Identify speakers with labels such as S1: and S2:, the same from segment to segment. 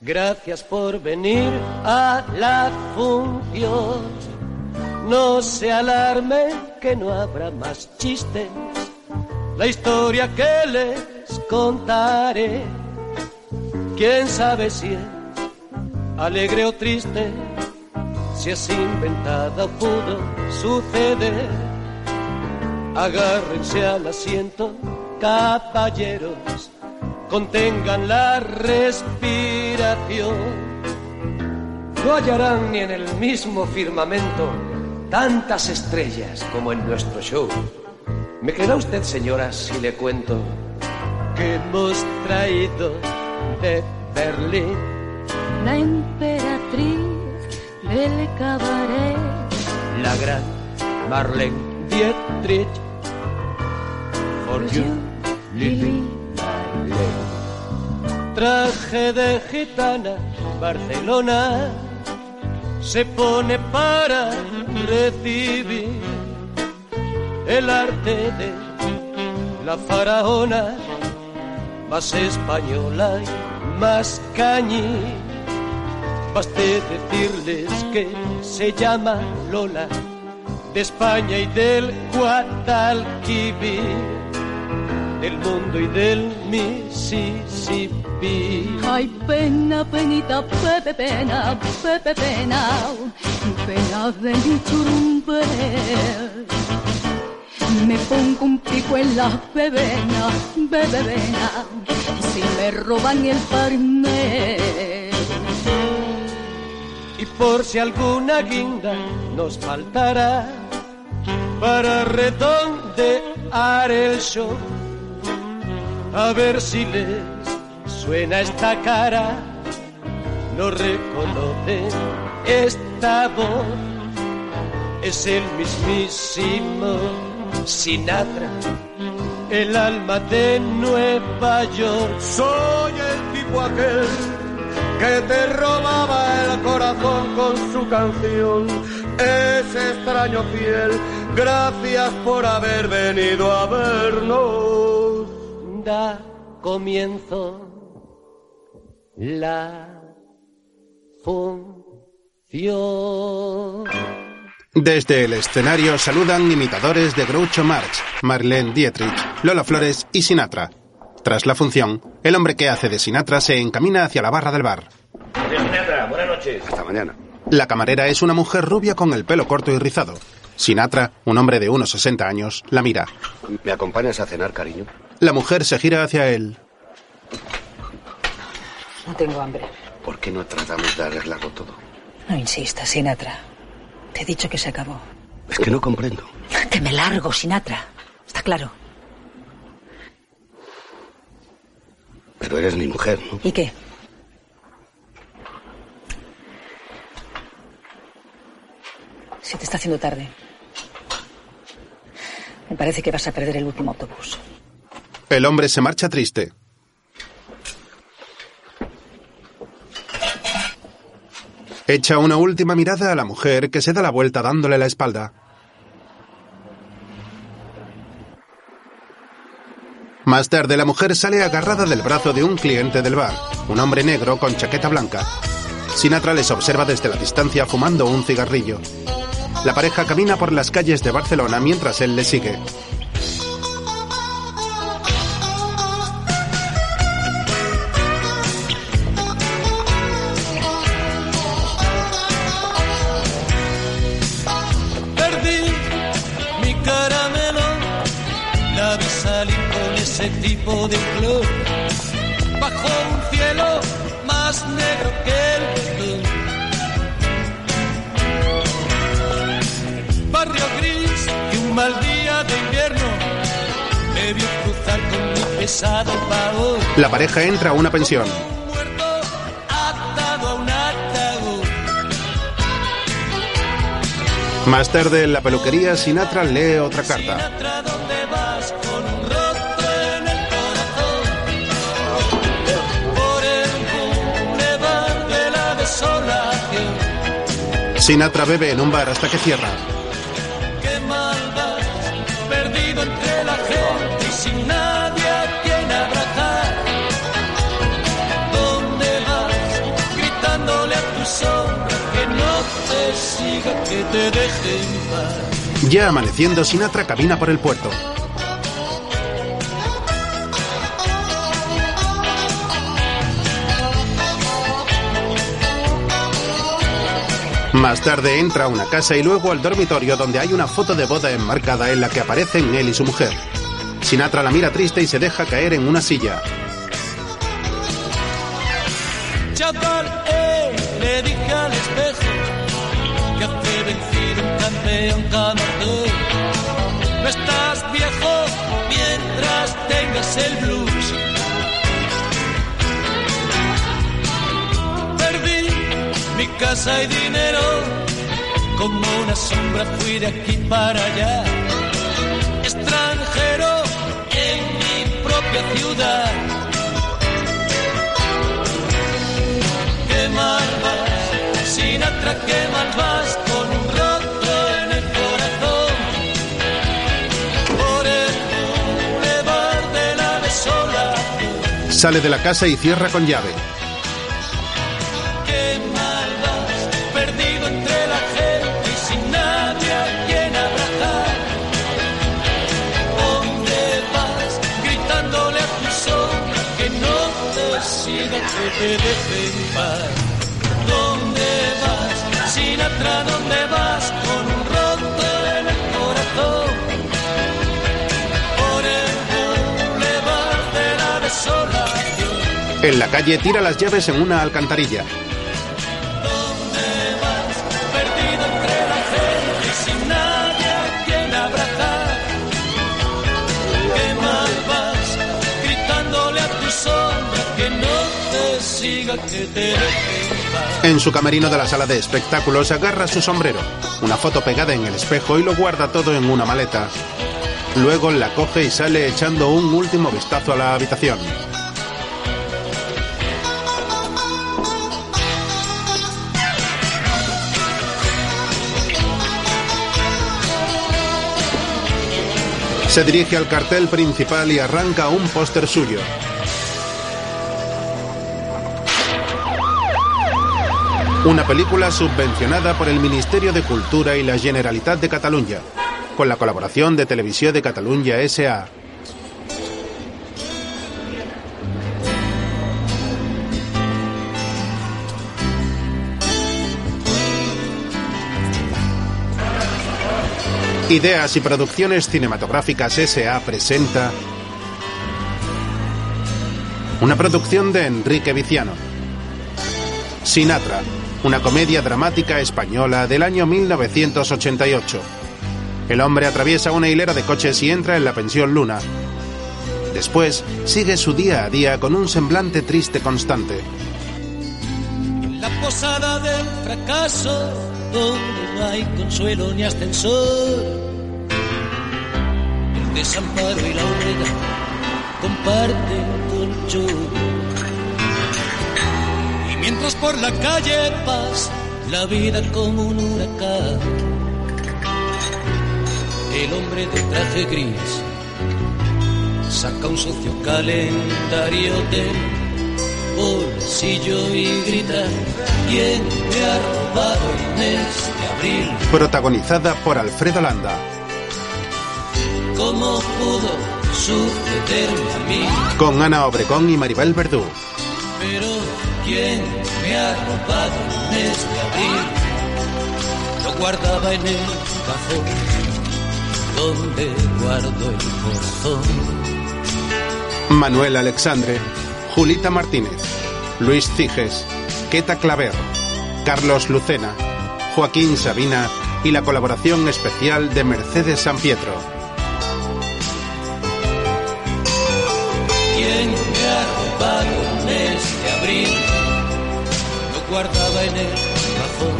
S1: Gracias por venir a la función. No se alarmen que no habrá más chistes. La historia que les contaré, quién sabe si es alegre o triste, si es inventada o pudo suceder. Agárrense al asiento, caballeros, contengan la respiración.
S2: No hallarán ni en el mismo firmamento tantas estrellas como en nuestro show. ¿Me creerá usted, señora, si le cuento
S1: que hemos traído de Berlín?
S3: La emperatriz del cabaret,
S1: la gran Marlene Dietrich. For you, Lili Marlene. Traje de gitana, Barcelona se pone para recibir el arte de la faraona, más española y más cañí. Baste decirles que se llama Lola de España y del Guadalquivir, del mundo y del Mississippi.
S3: Ay, pena, penita, pepe, pena, pepe, pena, pena de mi churumbe. Me pongo un pico en las bebenas, bebenas, si me roban el parné.
S1: Y por si alguna guinda nos faltara para redondear el show, a ver si les suena esta cara, no reconocen esta voz, es el mismísimo Sinatra, el alma de Nueva York.
S4: Soy el tipo aquel que te robaba el corazón con su canción. Ese extraño fiel, gracias por haber venido a vernos.
S1: Da comienzo la función.
S5: Desde el escenario saludan imitadores de Groucho Marx, Marlene Dietrich, Lola Flores y Sinatra. Tras la función, el hombre que hace de Sinatra se encamina hacia la barra del bar.
S6: Sinatra, buenas noches.
S7: Hasta mañana.
S5: La camarera es una mujer rubia con el pelo corto y rizado. Sinatra, un hombre de unos 60 años, la mira.
S7: ¿Me acompañas a cenar, cariño?
S5: La mujer se gira hacia él.
S8: No tengo hambre.
S7: ¿Por qué no tratamos de arreglarlo todo?
S8: No insistas, Sinatra. Te he dicho que se acabó.
S7: Es que no comprendo.
S8: Que me largo, Sinatra. Está claro.
S7: Pero eres mi mujer, ¿no?
S8: ¿Y qué? Se te está haciendo tarde. Me parece que vas a perder el último autobús.
S5: El hombre se marcha triste. Echa una última mirada a la mujer que se da la vuelta dándole la espalda. Más tarde la mujer sale agarrada del brazo de un cliente del bar, un hombre negro con chaqueta blanca. Sinatra les observa desde la distancia fumando un cigarrillo. La pareja camina por las calles de Barcelona mientras él le sigue.
S1: tipo de club bajo un cielo más negro que el club. Barrio gris y un mal día de invierno me vio cruzar con mi pesado baúl.
S5: La pareja entra a una pensión.
S1: Un muerto atado a un ataúd.
S5: Más tarde en la peluquería Sinatra lee otra carta.
S1: Sinatra, ¿dónde vas con un
S5: Sinatra bebe en un bar hasta que cierra.
S1: Qué mal vas, perdido entre la gente y sin nadie a quien abrazar. ¿Dónde vas? siga, que te deje en paz.
S5: Ya amaneciendo, Sinatra camina por el puerto. Más tarde entra a una casa y luego al dormitorio donde hay una foto de boda enmarcada en la que aparecen él y su mujer. Sinatra la mira triste y se deja caer en una silla.
S1: Chaval, eh, le dije al espejo que hace vencido un campeón como tú. No estás viejo mientras tengas el blues. Perdí mi casa y dinero, como una sombra fui de aquí para allá. Extranjero en mi propia ciudad. Qué mal vas, Sinatra, qué mal vas con un roto en el corazón. Por el bulevar de la desola,
S5: Sale de la casa y cierra con llave.
S1: qué mal vas, perdido entre la gente y sin nadie a quien abrazar. ¿Dónde vas? Gritándole a tu sol que no te siga, que te deje en paz. ¿Dónde vas? Sin atrás, ¿dónde vas? Con un roto en el corazón. Por el bulevar de la desolación.
S5: En la calle tira las llaves en una alcantarilla.
S1: Perdido entre la gente sin nadie a quien abrazar. Qué mal vas, gritándole a tu sombra que no te siga, que te deje en paz.
S5: En su camerino de la sala de espectáculos agarra su sombrero, una foto pegada en el espejo y lo guarda todo en una maleta. Luego la coge y sale echando un último vistazo a la habitación. Se dirige al cartel principal y arranca un póster suyo. Una película subvencionada por el Ministerio de Cultura y la Generalitat de Cataluña, con la colaboración de Televisió de Cataluña S.A. Ideas y Producciones Cinematográficas S.A. presenta una producción de Enrique Viciano. Sinatra, una comedia dramática española del año 1988. El hombre atraviesa una hilera de coches y entra en la pensión Luna. Después sigue su día a día con un semblante triste constante.
S1: En la posada del fracaso, donde no hay consuelo ni ascensor. El desamparo y la horrera comparten colchón. Y mientras por la calle pasa la vida como un huracán, el hombre de traje gris saca un socio calendario del bolsillo y grita ¿Quién te ha robado el mes de abril?
S5: Protagonizada por Alfredo Landa,
S1: ¿Cómo pudo sucederme a mí?
S5: con Ana Obregón y Maribel Verdú.
S1: Pero ¿quién me ha robado el mes de abril? Lo guardaba en el cajón donde guardo el corazón.
S5: Manuel Alexandre, Julita Martínez, Luis Ciges, Queta Claver, Carlos Lucena, Joaquín Sabina y la colaboración especial de Mercedes San Pietro.
S1: ¿Quién me ha robado el mes de abril? Lo guardaba en el cajón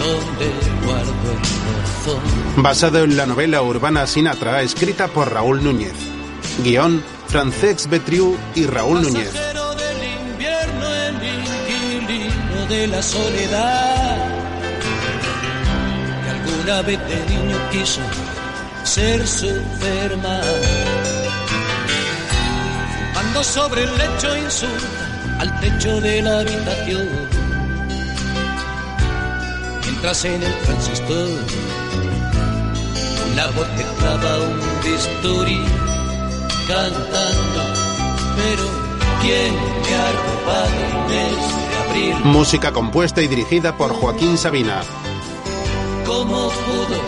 S1: donde guardo el corazón.
S5: Basado en la novela urbana Sinatra, escrita por Raúl Núñez. Guión, Francesc Betriu y Raúl Núñez.
S1: Pasajero del invierno, el inquilino de la soledad. Que alguna vez de niño quiso ser Superman. Ando sobre el lecho e insulta al techo de la habitación. mientras en el transistor una voz que clava un bisturí cantando, pero ¿quién me ha robado el mes de abril?
S5: Música compuesta y dirigida por Joaquín Sabina.
S1: ¿Cómo pudo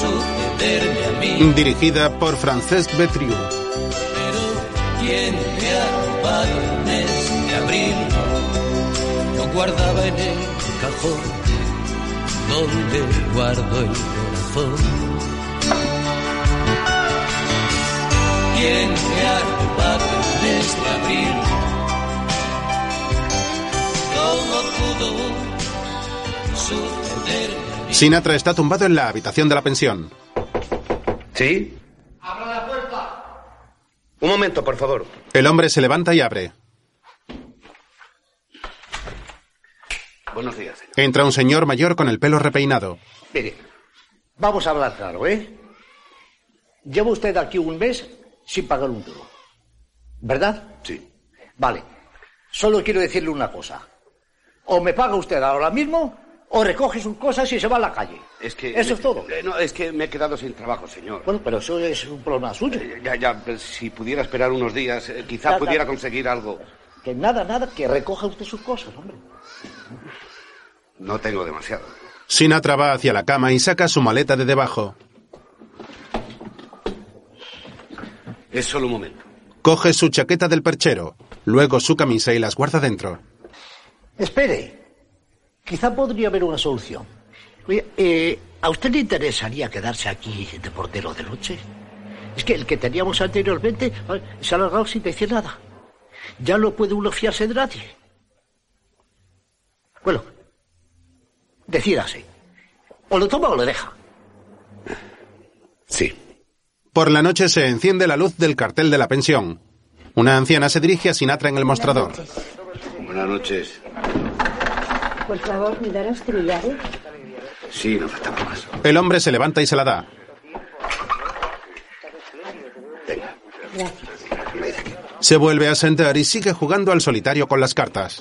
S1: sucederme a mí?
S5: Dirigida por Francesc Betriu.
S1: Pero ¿quién me ha robado el mes de abril? Yo guardaba en el cajón donde guardo el corazón. ¿Quién me ha robado el mes de abril? ¿Cómo pudo sucederme a mí?
S5: Sinatra está tumbado en la habitación de la pensión.
S7: ¿Sí? ¡Abra la puerta! Un momento, por favor.
S5: El hombre se levanta y abre.
S7: Buenos días, señor.
S5: Entra un señor mayor con el pelo repeinado.
S9: Mire, vamos a hablar claro, ¿eh? Lleva usted aquí un mes sin pagar un duro. ¿Verdad?
S7: Sí.
S9: Vale. Solo quiero decirle una cosa. O me paga usted ahora mismo, o recoge sus cosas y se va a la calle.
S7: Es que...
S9: Eso es todo.
S7: Eh, No, es que me he quedado sin trabajo, señor.
S9: Bueno, pero eso es un problema suyo.
S7: Eh, Ya, ya, pues, si pudiera esperar unos días, eh, quizá
S9: Ya, ya.
S7: pudiera conseguir algo.
S9: Que nada, nada, que recoja usted sus cosas, hombre.
S7: No tengo demasiado.
S5: Sinatra va hacia la cama y saca su maleta de debajo.
S7: Es solo un momento.
S5: Coge su chaqueta del perchero, luego su camisa y las guarda dentro.
S9: Espere. Quizá podría haber una solución. Oye, eh, ¿a usted le interesaría quedarse aquí de portero de noche? Es que el que teníamos anteriormente eh, se ha alargado sin decir nada. Ya no puede uno fiarse de nadie. Bueno, decídase. O lo toma o lo deja.
S7: Sí.
S5: Por la noche se enciende la luz del cartel de la pensión. Una anciana se dirige a Sinatra en el mostrador.
S7: Buenas noches.
S10: Por favor, ¿me dará usted millares?
S7: Sí, no pues faltaba más.
S5: El hombre se levanta y se la da.
S10: Gracias.
S5: Se vuelve a sentar y sigue jugando al solitario con las cartas.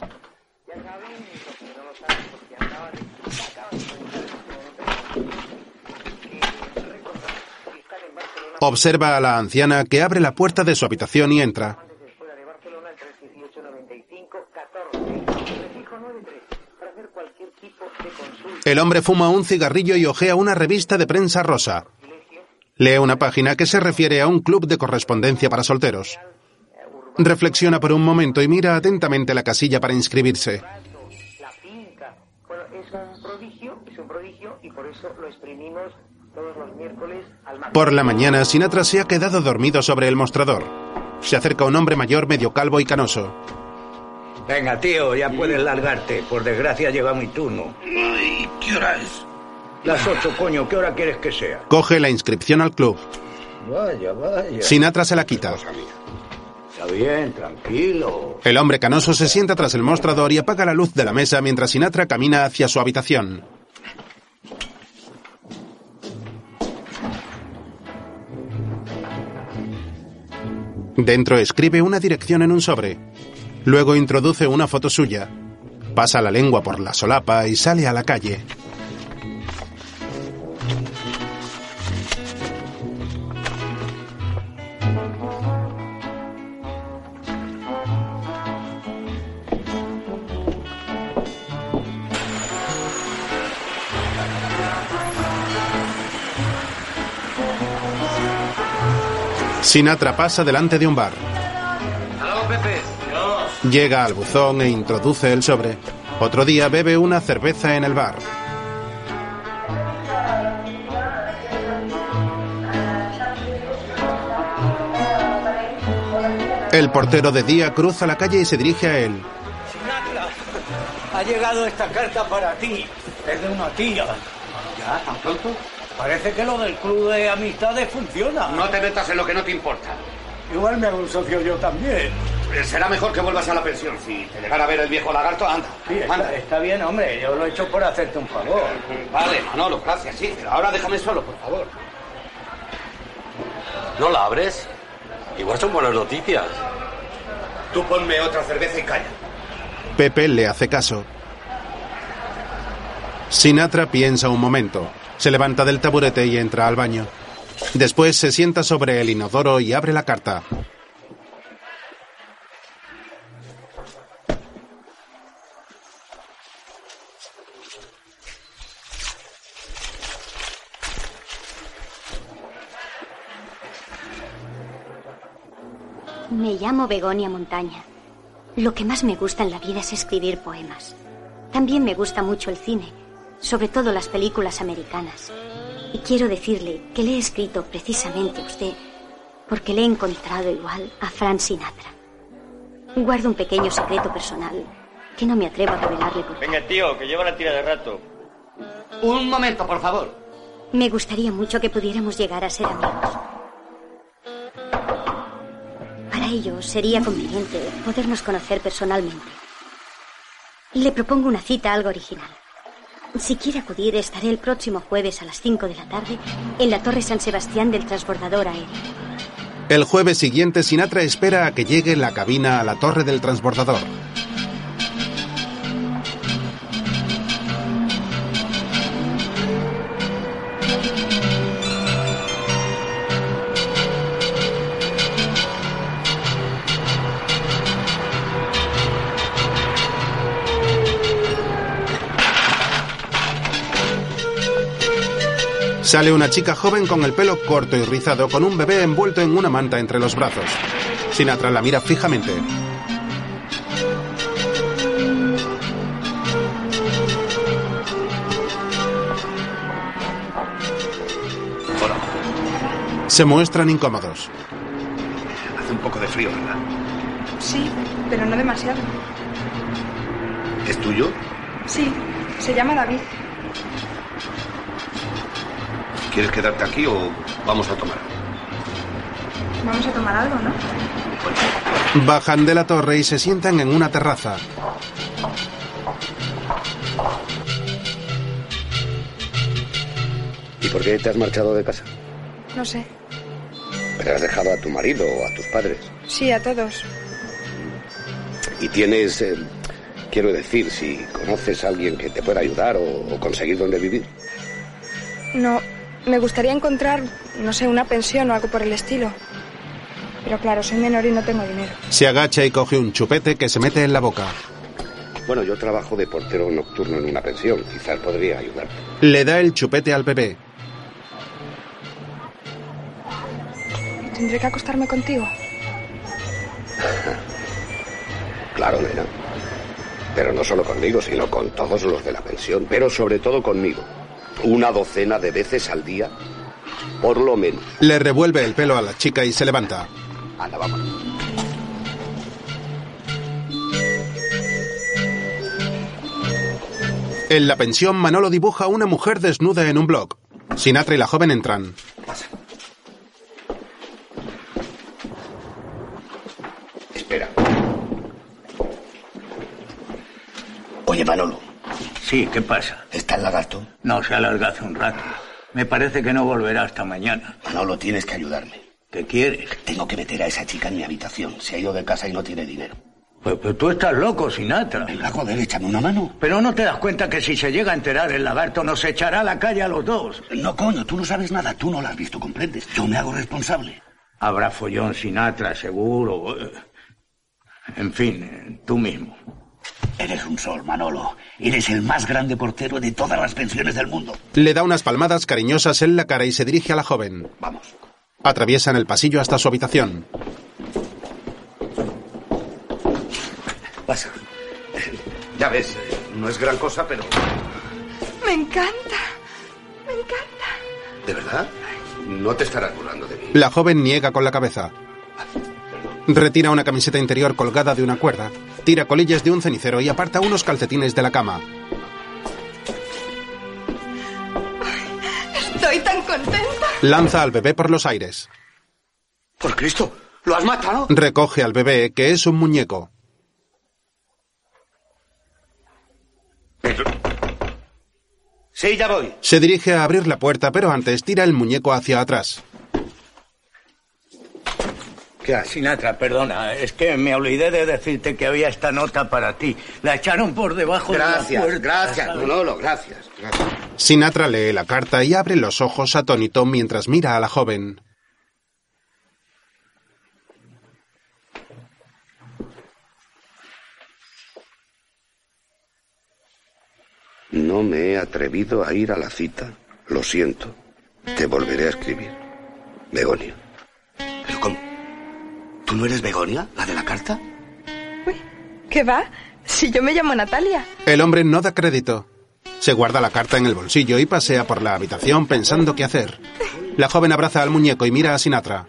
S5: Observa a la anciana que abre la puerta de su habitación y entra. El hombre fuma un cigarrillo y ojea una revista de prensa rosa. Lee una página que se refiere a un club de correspondencia para solteros. Reflexiona por un momento y mira atentamente la casilla para inscribirse.
S10: La finca. Bueno, es un prodigio, es un prodigio y por eso lo exprimimos todos los miércoles al máximo.
S5: Por la mañana, Sinatra se ha quedado dormido sobre el mostrador. Se acerca un hombre mayor medio calvo y canoso.
S9: Venga, tío, ya puedes largarte. Por desgracia lleva mi turno.
S6: Ay, ¿Qué hora es?
S9: Las ocho, coño, ¿qué hora quieres que sea?
S5: Coge la inscripción al club.
S9: Vaya, vaya.
S5: Sinatra se la quita.
S9: Está bien, tranquilo.
S5: El hombre canoso se sienta tras el mostrador y apaga la luz de la mesa mientras Sinatra camina hacia su habitación. Dentro escribe una dirección en un sobre. Luego introduce una foto suya. Pasa la lengua por la solapa y sale a la calle. Sinatra pasa delante de un bar.
S6: Aló, Pepe.
S5: Llega al buzón e introduce el sobre. Otro día bebe una cerveza en el bar. El portero de día cruza la calle y se dirige a él.
S9: Sinatra, ha llegado esta carta para ti. Es de una tía.
S7: ¿Ya? ¿Tan pronto?
S9: Parece que lo del club de amistades funciona.
S7: No te metas en lo que no te importa.
S9: Igual me hago un socio yo también.
S7: Eh, Será mejor que vuelvas a la pensión. Si te llegara a ver el viejo lagarto, anda.
S9: Sí,
S7: anda.
S9: está, está bien, hombre. Yo lo he hecho por hacerte un favor.
S7: Vale, Manolo, gracias, sí. Pero ahora déjame solo, por favor.
S11: ¿No la abres? Igual son buenas noticias.
S7: Tú ponme otra cerveza y calla.
S5: Pepe le hace caso. Sinatra piensa un momento, se levanta del taburete y entra al baño. Después se sienta sobre el inodoro y abre la carta.
S6: Me llamo Begonia Montaña. Lo que más me gusta en la vida es escribir poemas. También me gusta mucho el cine, sobre todo las películas americanas. Y quiero decirle que le he escrito precisamente a usted porque le he encontrado igual a Frank Sinatra. Guardo un pequeño secreto personal que no me atrevo a revelarle por...
S12: Venga, tío, que lleva la tira de rato.
S13: Un momento, por favor.
S6: Me gustaría mucho que pudiéramos llegar a ser amigos. Para ello sería conveniente podernos conocer personalmente. Le propongo una cita algo original. Si quiere acudir, estaré el próximo jueves a las 5 de la tarde en la Torre San Sebastián del transbordador aéreo.
S5: El jueves siguiente, Sinatra espera a que llegue la cabina a la torre del transbordador. Sale una chica joven con el pelo corto y rizado, con un bebé envuelto en una manta entre los brazos. Sinatra la mira fijamente. Se muestran incómodos.
S7: Hace un poco de frío, ¿verdad?
S14: Sí, pero no demasiado.
S7: ¿Es tuyo?
S14: Sí, se llama David.
S7: ¿Quieres quedarte aquí o vamos a tomar?
S14: Vamos a tomar algo, ¿no?
S5: Bajan de la torre y se sientan en una terraza.
S7: ¿Y por qué te has marchado de casa?
S14: No sé.
S7: ¿Pero has dejado a tu marido o a tus padres?
S14: Sí, a todos.
S7: ¿Y tienes, eh, quiero decir, si conoces a alguien que te pueda ayudar o- o conseguir dónde vivir?
S14: No, me gustaría encontrar, no sé, una pensión o algo por el estilo. Pero claro, soy menor y no tengo dinero.
S5: Se agacha y coge un chupete que se mete en la boca.
S7: Bueno, yo trabajo de portero nocturno en una pensión. Quizás podría ayudarte.
S5: Le da el chupete al bebé.
S14: ¿Tendré que acostarme contigo?
S7: Claro, nena. Pero no solo conmigo, sino con todos los de la pensión. Pero sobre todo conmigo. Una docena de veces al día, por lo menos.
S5: Le revuelve el pelo a la chica y se levanta.
S7: Anda, vamos.
S5: En la pensión, Manolo dibuja a una mujer desnuda en un blog. Sinatra y la joven entran.
S7: Espera.
S13: Oye, Manolo.
S15: Sí, ¿qué pasa?
S13: ¿Está el lagarto?
S15: No, se alarga hace un rato. Me parece que no volverá hasta mañana.
S13: Manolo, tienes que ayudarme.
S15: ¿Qué quieres?
S13: Tengo que meter a esa chica en mi habitación. Se ha ido de casa y no tiene dinero.
S15: Pues, pues tú estás loco, Sinatra.
S13: Venga, joder, échame una mano.
S15: Pero no te das cuenta que si se llega a enterar el lagarto nos echará a la calle a los dos.
S13: No, coño, tú no sabes nada. Tú no la has visto, ¿comprendes? Yo me hago responsable.
S15: Habrá follón Sinatra, seguro. eh. En fin, eh, tú mismo.
S13: Eres un sol, Manolo. Eres el más grande portero de todas las pensiones del mundo.
S5: Le da unas palmadas cariñosas en la cara y se dirige a la joven.
S13: Vamos.
S5: Atraviesan el pasillo hasta su habitación.
S7: Pasa. Ya ves, eh, no es gran cosa, pero...
S14: Me encanta. Me encanta.
S7: ¿De verdad? No te estarás burlando de mí.
S5: La joven niega con la cabeza. Retira una camiseta interior colgada de una cuerda, tira colillas de un cenicero y aparta unos calcetines de la cama.
S14: Estoy tan contenta.
S5: Lanza al bebé por los aires.
S13: Por Cristo, ¿lo has matado?
S5: Recoge al bebé, que es un muñeco.
S7: Sí, ya voy.
S5: Se dirige a abrir la puerta, pero antes tira el muñeco hacia atrás.
S7: ¿Qué hay?
S15: Ah, Sinatra, perdona, es que me olvidé de decirte que había esta nota para ti. La echaron por debajo de la
S7: Gracias,
S15: puerta.
S7: gracias,
S15: ¿sabes?
S7: Manolo, gracias.
S5: Sinatra lee la carta y abre los ojos atónito mientras mira a la joven.
S7: No me he atrevido a ir a la cita. Lo siento. Te volveré a escribir. Begonia.
S6: ¿Pero cómo? ¿Tú no eres Begonia, la de la carta?
S16: ¿Qué va? Si yo me llamo Natalia.
S5: El hombre no da crédito. Se guarda la carta en el bolsillo y pasea por la habitación pensando qué hacer. La joven abraza al muñeco y mira a Sinatra.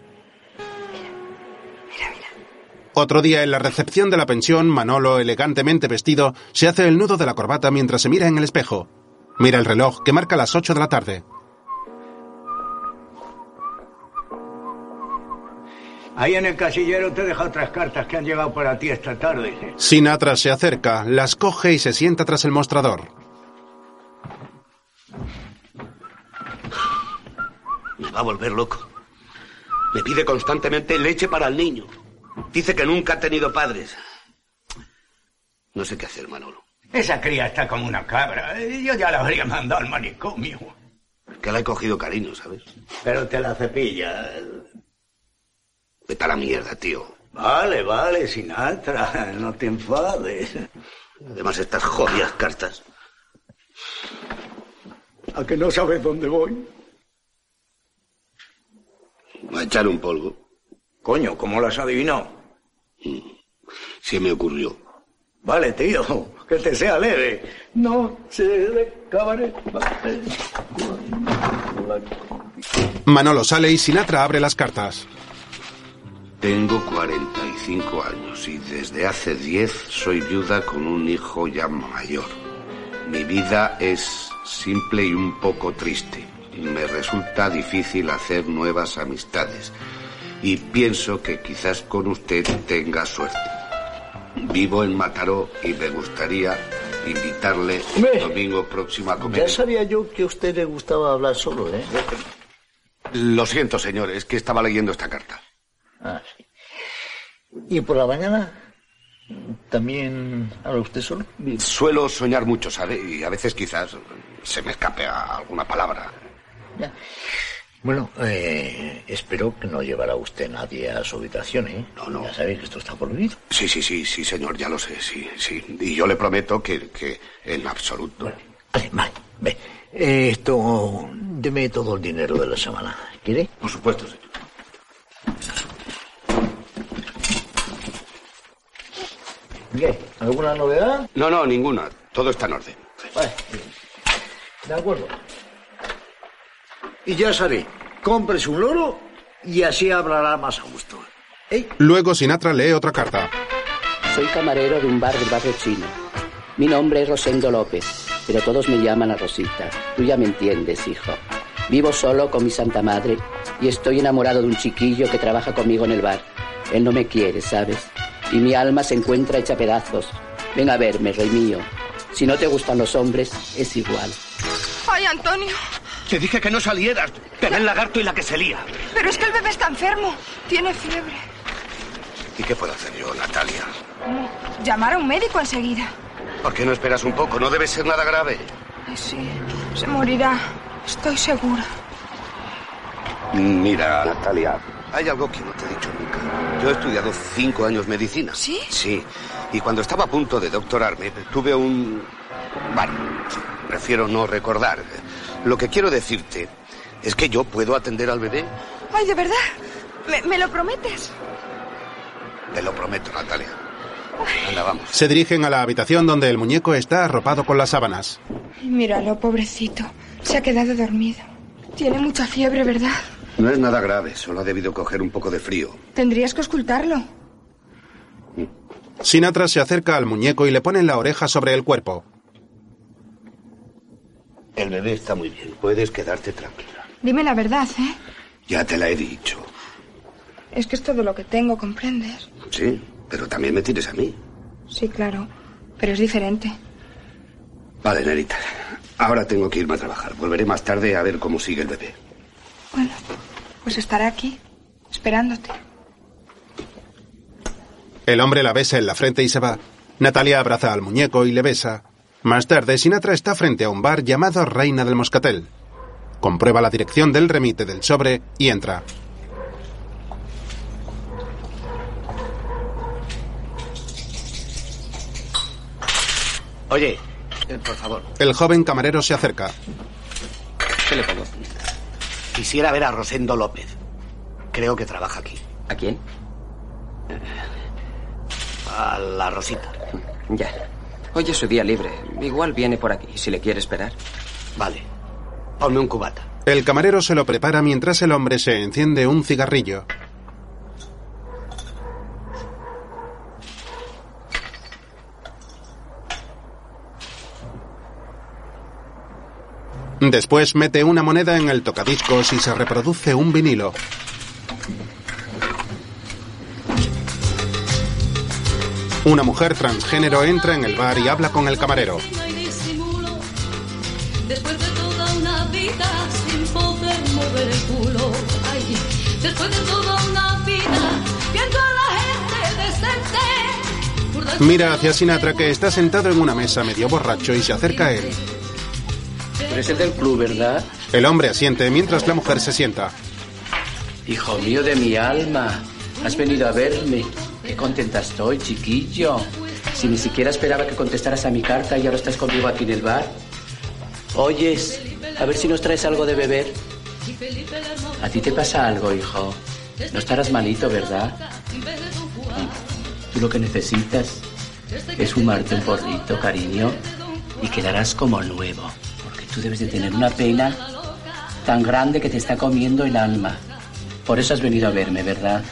S5: Otro día en la recepción de la pensión, Manolo, elegantemente vestido, se hace el nudo de la corbata mientras se mira en el espejo. Mira el reloj que marca las 8 de la tarde.
S15: Ahí en el casillero te he dejado otras cartas que han llegado para ti esta tarde.
S5: Sinatra se acerca, las coge y se sienta tras el mostrador.
S6: Me va a volver loco. Me pide constantemente leche para el niño. Dice que nunca ha tenido padres. No sé qué hacer, Manolo.
S15: Esa cría está como una cabra. eh, Yo ya la habría mandado al manicomio.
S6: Que la he cogido cariño, ¿sabes?
S15: Pero te la cepilla.
S6: Vete a la mierda, tío.
S15: Vale, vale, Sinatra, no te enfades.
S6: Además, estas jodidas cartas.
S15: ¿A que no sabes dónde voy?
S7: Va a echar un polvo.
S15: Coño, ¿cómo las adivinó?
S7: Mm, Se me ocurrió.
S15: Vale, tío, que te sea leve. No se de cabaret.
S5: Manolo sale y Sinatra abre las cartas.
S7: Tengo 45 años y desde hace 10 soy viuda con un hijo ya mayor. Mi vida es simple y un poco triste. Me resulta difícil hacer nuevas amistades y pienso que quizás con usted tenga suerte. Vivo en Mataró y me gustaría invitarle el domingo próximo a comer.
S9: Ya sabía yo que a usted le gustaba hablar solo, ¿eh?
S7: Lo siento, señores, que estaba leyendo esta carta.
S9: Ah, sí. ¿Y por la mañana también habla usted solo?
S7: Suelo soñar mucho, ¿sabe? Y a veces quizás se me escape a alguna palabra.
S9: Bueno, eh, espero que no llevará usted nadie a su habitación, ¿eh? No, no. Ya sabe que esto está prohibido.
S7: Sí, sí, sí, sí, señor, ya lo sé, sí, sí. Y yo le prometo que, que en absoluto.
S9: Eh, esto, deme todo el dinero de la semana. ¿Quiere?
S7: Por supuesto, señor.
S9: ¿Qué? ¿Alguna novedad?
S7: No, no, ninguna. Todo está en orden.
S9: Vale. De acuerdo. Y ya sabe, compres un loro y así hablará más a gusto.
S5: Luego Sinatra lee otra carta.
S17: Soy camarero de un bar del barrio chino. Mi nombre es Rosendo López, pero todos me llaman a Rosita. Tú ya me entiendes, hijo. Vivo solo con mi santa madre y estoy enamorado de un chiquillo que trabaja conmigo en el bar. Él no me quiere, ¿sabes? Y mi alma se encuentra hecha pedazos. Ven a verme, rey mío. Si no te gustan los hombres, es igual.
S16: Ay, Antonio,
S6: Te dije que no salieras. Te ve el lagarto y la que se lía.
S16: pero es que el bebé está enfermo. Tiene fiebre.
S7: ¿Y qué puedo hacer yo, Natalia?
S16: Llamar a un médico enseguida.
S7: ¿Por qué no esperas un poco? No debe ser nada grave.
S16: Ay, sí, se morirá. Estoy segura.
S7: Mira, Natalia, hay algo que no te he dicho nunca. Yo he estudiado cinco años medicina.
S16: ¿Sí?
S7: Sí. Y cuando estaba a punto de doctorarme, tuve un... Bueno, prefiero no recordar. Lo que quiero decirte es que yo puedo atender al bebé.
S16: Ay, ¿de verdad? ¿Me, me lo prometes?
S7: Te lo prometo, Natalia. Anda, vamos.
S5: Se dirigen a la habitación donde el muñeco está arropado con las sábanas.
S16: Ay, míralo, pobrecito. Se ha quedado dormido. Tiene mucha fiebre, ¿verdad?
S7: No es nada grave, solo ha debido coger un poco de frío.
S16: Tendrías que auscultarlo.
S5: Sinatra se acerca al muñeco y le pone la oreja sobre el cuerpo.
S7: El bebé está muy bien, puedes quedarte tranquila.
S16: Dime la verdad, ¿eh?
S7: Ya te la he dicho.
S16: Es que es todo lo que tengo, ¿comprendes?
S7: Sí, pero también me tienes a mí.
S16: Sí, claro. Pero es diferente.
S7: Vale, Nerita. Ahora tengo que irme a trabajar. Volveré más tarde a ver cómo sigue el bebé.
S16: Bueno, pues estará aquí, esperándote.
S5: El hombre la besa en la frente y se va. Natalia abraza al muñeco y le besa. Más tarde, Sinatra está frente a un bar llamado Reina del Moscatel. Comprueba la dirección del remite del sobre y entra.
S18: Oye, eh, por favor,
S5: El joven camarero se acerca.
S18: ¿qué le pongo? Quisiera ver a Rosendo López. Creo que trabaja aquí.
S19: ¿A quién?
S18: A la Rosita.
S19: Ya. Hoy es su día libre. Igual viene por aquí, si le quiere esperar.
S18: Vale. Ponme un cubata.
S5: El camarero se lo prepara mientras el hombre se enciende un cigarrillo. Después mete una moneda en el tocadiscos y se reproduce un vinilo. Una mujer transgénero entra en el bar y habla con el camarero.
S20: No hay disimulo, después de toda una vida sin poder mover el culo. Ay, después de toda una vida viendo a la gente decente. burda y
S5: Mira hacia Sinatra que está sentado en una mesa medio borracho y se acerca a él.
S17: Eres el del club, ¿verdad?
S5: El hombre asiente mientras la mujer se sienta.
S17: Hijo mío de mi alma, has venido a verme. Qué contenta estoy, chiquillo. Si ni siquiera esperaba que contestaras a mi carta y ahora estás conmigo aquí en el bar. Oyes, a ver si nos traes algo de beber.
S20: Felipe el hermoso,
S17: ¿A ti te pasa algo, hijo? No estarás malito, ¿verdad?
S20: en vez de tu Juan,
S17: Tú lo que necesitas es fumarte un porrito, cariño, y quedarás como nuevo. Porque tú debes de tener una pena tan grande que te está comiendo el alma. Por eso has venido a verme, ¿verdad?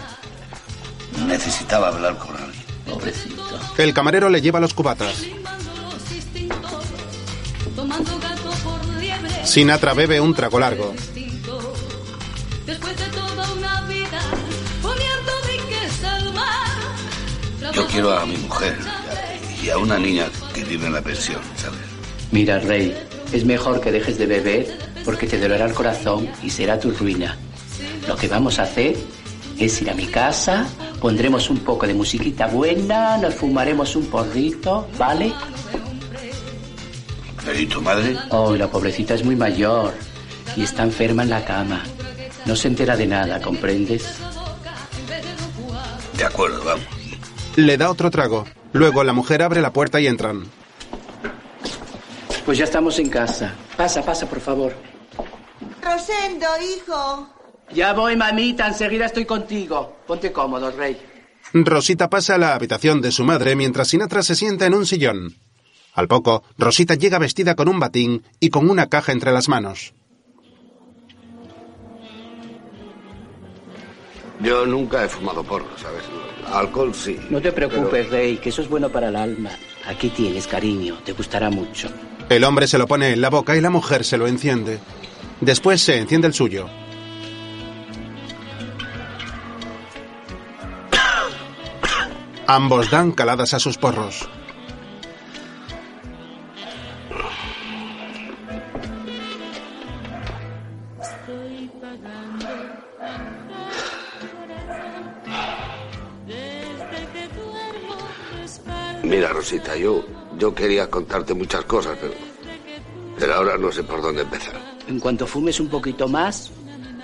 S7: Necesitaba hablar con alguien.
S17: Pobrecito.
S5: El camarero le lleva los cubatas.
S20: tomando gato por liebre.
S5: Sinatra bebe un trago largo.
S20: distinto. Después de toda una vida poniendo diques al mar.
S7: Yo quiero a mi mujer y a una niña que vive en la pensión, ¿sabes?
S17: Mira, Rey, es mejor que dejes de beber porque te dolerá el corazón y será tu ruina. Lo que vamos a hacer es ir a mi casa, pondremos un poco de musiquita buena, nos fumaremos un porrito, ¿vale?
S7: ¿Pero y tu madre?
S17: Oh, la pobrecita es muy mayor y está enferma en la cama. No se entera de nada, ¿comprendes?
S7: De acuerdo, vamos.
S5: Le da otro trago. Luego la mujer abre la puerta y entran.
S17: Pues ya estamos en casa. Pasa, pasa, por favor.
S21: Rosendo, hijo.
S17: Ya voy, mamita, enseguida estoy contigo. Ponte cómodo, Rey.
S5: Rosita pasa a la habitación de su madre mientras Sinatra se sienta en un sillón. Al poco, Rosita llega vestida con un batín y con una caja entre las manos.
S7: Yo nunca he fumado porro, ¿sabes? Alcohol sí.
S17: No te preocupes, Rey, que eso es bueno para el alma. Aquí tienes, cariño, te gustará mucho.
S5: El hombre se lo pone en la boca y la mujer se lo enciende. Después se enciende el suyo. Ambos dan caladas a sus porros.
S7: Mira, Rosita, yo, yo quería contarte muchas cosas, pero, pero ahora no sé por dónde empezar.
S17: En cuanto fumes un poquito más,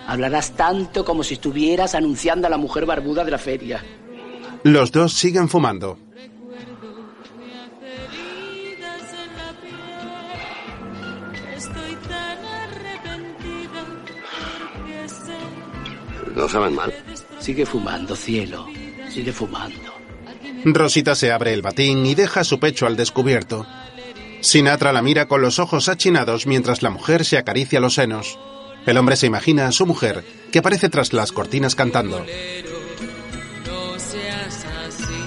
S17: hablarás tanto como si estuvieras anunciando a la mujer barbuda de la feria.
S5: Los dos siguen fumando.
S20: Estoy tan arrepentida que sé
S7: ¿No saben mal?
S17: Sigue fumando, cielo. Sigue fumando.
S5: Rosita se abre el batín y deja su pecho al descubierto. Sinatra la mira con los ojos achinados mientras la mujer se acaricia los senos. El hombre se imagina a su mujer, que aparece tras las cortinas cantando.
S20: no seas así.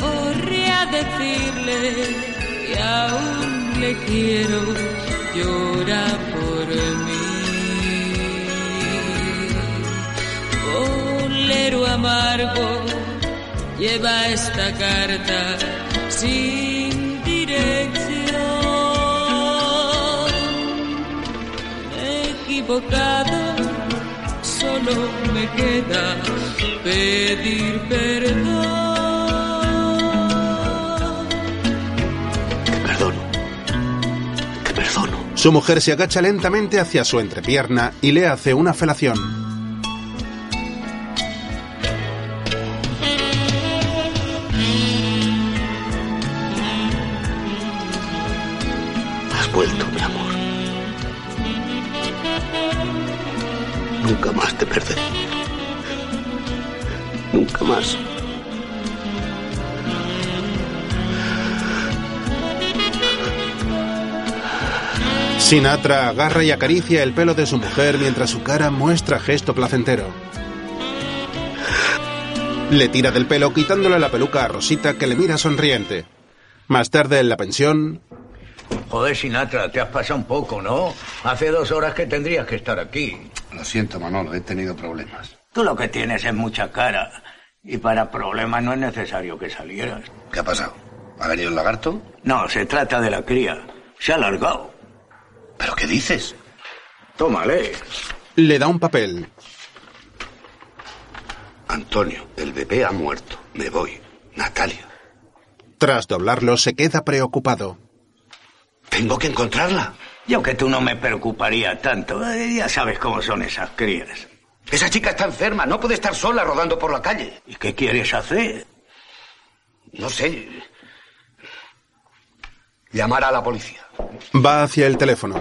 S20: Corre a decirle que aún le quiero, llora por mí. Bolero amargo, lleva esta carta sin dirección. Me he equivocado, solo
S1: solo me queda pedir perdón.
S7: Te perdono. Te perdono.
S5: Su mujer se agacha lentamente hacia su entrepierna y le hace una felación.
S7: Has vuelto, mi amor. Nunca más te perderé. Nunca más.
S5: Sinatra agarra y acaricia el pelo de su mujer mientras su cara muestra gesto placentero. Le tira del pelo quitándole la peluca a Rosita que le mira sonriente. Más tarde en la pensión,
S15: Joder, Sinatra, te has pasado un poco, ¿no? Hace dos horas que tendrías que estar aquí.
S22: Lo siento, Manolo, he tenido problemas.
S15: Tú lo que tienes es mucha cara. Y para problemas no es necesario que salieras.
S22: ¿Qué ha pasado? ¿Ha venido el lagarto?
S15: No, se trata de la cría. Se ha alargado.
S22: ¿Pero qué dices?
S15: Tómale.
S5: le da un papel.
S22: Antonio, el bebé ha muerto. Me voy. Natalia,
S5: Tras doblarlo, se queda preocupado.
S22: tengo que encontrarla.
S15: Yo que tú no me preocuparía tanto. Eh, Ya sabes cómo son esas crías.
S7: Esa chica está enferma, no puede estar sola rodando por la calle.
S15: ¿Y qué quieres hacer?
S7: No sé. Llamar a la policía.
S5: Va hacia el teléfono.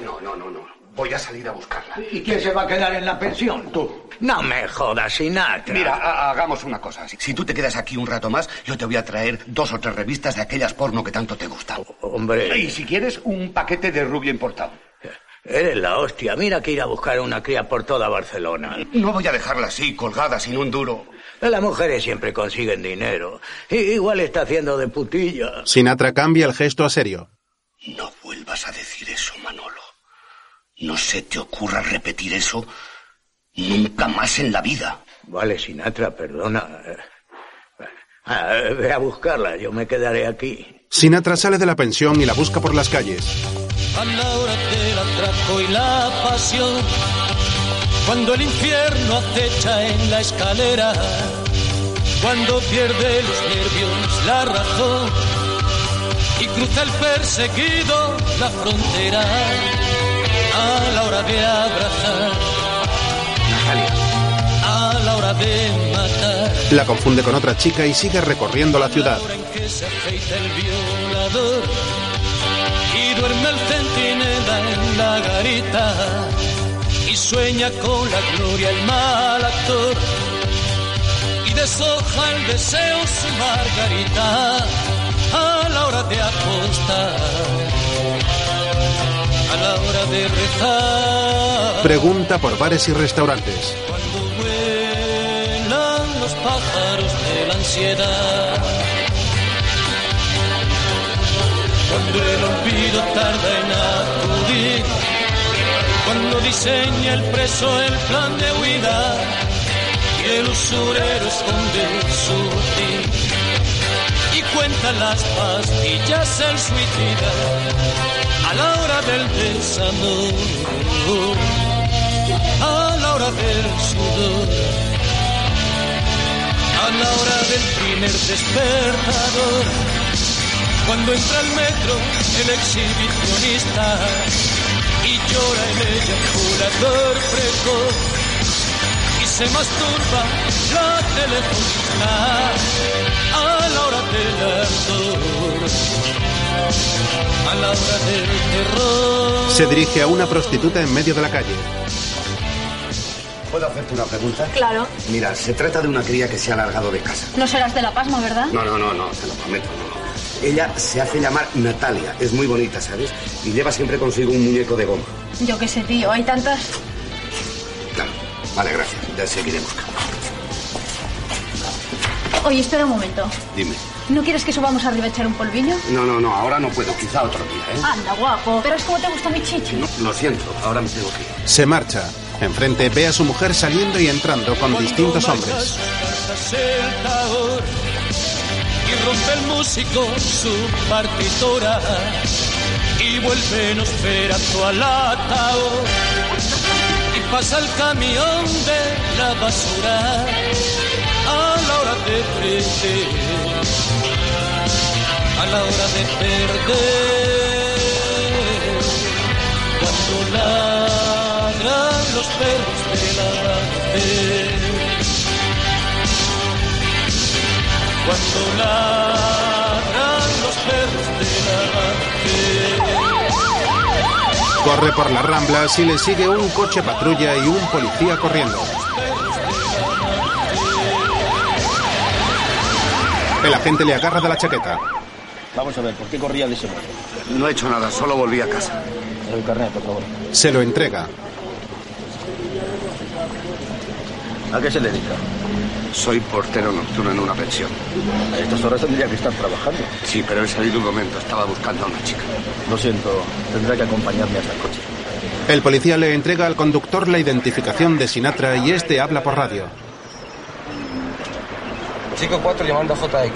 S7: No, no, no, no. Voy a salir a buscarla.
S15: ¿Y quién se va a quedar en la pensión? Tú. No me jodas, Sinatra.
S7: Mira, ha- hagamos una cosa. Si- Si tú te quedas aquí un rato más, yo te voy a traer dos o tres revistas de aquellas porno que tanto te gustan.
S15: Hombre.
S7: Y si quieres, un paquete de rubio importado.
S15: Eres la hostia. Mira que ir a buscar una cría por toda Barcelona.
S7: No voy a dejarla así, colgada, sin un duro.
S15: Las mujeres siempre consiguen dinero. I- Igual está haciendo de putilla.
S5: Sinatra cambia el gesto a serio.
S7: No vuelvas a decir eso, Manolo. No se te ocurra repetir eso nunca más en la vida.
S15: Vale, Sinatra, perdona. Eh, ah, eh, ve a buscarla, yo me quedaré aquí.
S5: Sinatra sale de la pensión y la busca por las calles.
S1: A Laura te la trajo y la pasión. Cuando el infierno acecha en la escalera, cuando pierde los nervios la razón y cruza el perseguido la frontera a la hora de abrazar, a la hora de matar,
S5: La confunde con otra chica y sigue recorriendo la ciudad.
S1: en que se afeita el violador y duerme el centinela en la garita y sueña con la gloria el mal actor y deshoja el deseo su margarita a la hora de apostar, a la hora de rezar.
S5: Pregunta por bares y restaurantes.
S1: Vuelan los pájaros de la ansiedad. Cuando el olvido tarda en acudir, cuando diseña el preso el plan de huida y el usurero esconde su fin y cuenta las pastillas el suicida a la hora del desamor, a la hora del sudor. A la hora del primer despertador, cuando entra al metro el exhibicionista y llora en ella el jugador precoz y se masturba la telefonista a la hora del ardor, a la hora del terror.
S5: Se dirige a una prostituta en medio de la calle.
S7: ¿Puedo hacerte una pregunta?
S3: Claro,
S7: Mira, se trata de una cría que se ha largado de casa.
S3: no serás de La Pasma, ¿verdad?
S7: No, no, no, no, te lo prometo, no, no. Ella se hace llamar Natalia, es muy bonita, ¿sabes? Y lleva siempre consigo un muñeco de goma.
S3: Yo qué sé, tío, hay tantas...
S7: Claro. Vale, gracias. Ya seguiré buscando.
S3: Oye, espera un momento.
S7: Dime.
S3: ¿No quieres que subamos arriba a echar un polvillo?
S7: No, no, no, ahora no puedo, quizá otro día,
S6: Ah.
S7: ¿eh?
S3: Anda, guapo. Verás cómo te gusta mi chichi.
S7: Lo siento, ahora me tengo que ir.
S5: Se marcha. Enfrente ve a su mujer saliendo y entrando con distintos hombres.
S1: Tras el taor y rompe el músico su partitura y vuelve en esfera al ataúd pasa el camión de la basura a la hora de perder, a la hora de perder, cuando ladran los perros de la cuando ladran los perros de la
S5: Corre por las ramblas y le sigue un coche patrulla y un policía corriendo. El agente le agarra de la chaqueta.
S6: Vamos a ver, ¿por qué corría de ese modo?
S7: No he hecho nada, solo volví a casa.
S6: El carnet, por favor.
S5: Se lo entrega.
S6: ¿A qué se dedica?
S7: Soy portero nocturno en una pensión.
S6: A estas horas tendría que estar trabajando.
S7: Sí, pero he salido un momento. Estaba buscando a una chica.
S6: Lo siento, tendrá que acompañarme hasta el coche.
S5: El policía le entrega al conductor la identificación de Sinatra y este habla por radio.
S21: Chico 4 llamando a JX, cambio.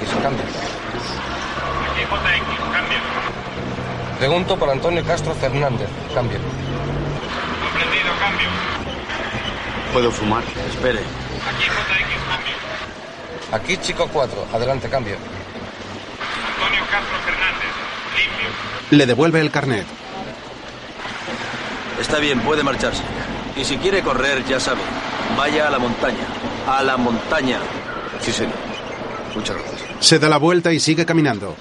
S23: Aquí JX, cambio.
S21: Pregunto por Antonio Castro Fernández, cambio.
S23: Comprendido, cambio.
S7: ¿Puedo fumar?
S21: Espere.
S23: Aquí JX, cambio.
S21: Aquí Chico 4, adelante, cambio.
S23: Antonio Castro Fernández, limpio.
S5: Le devuelve el carnet.
S6: Está bien, puede marcharse. Y si quiere correr, ya sabe. Vaya a la montaña. A la montaña.
S7: Sí, señor. Muchas gracias.
S5: Se da la vuelta y sigue caminando.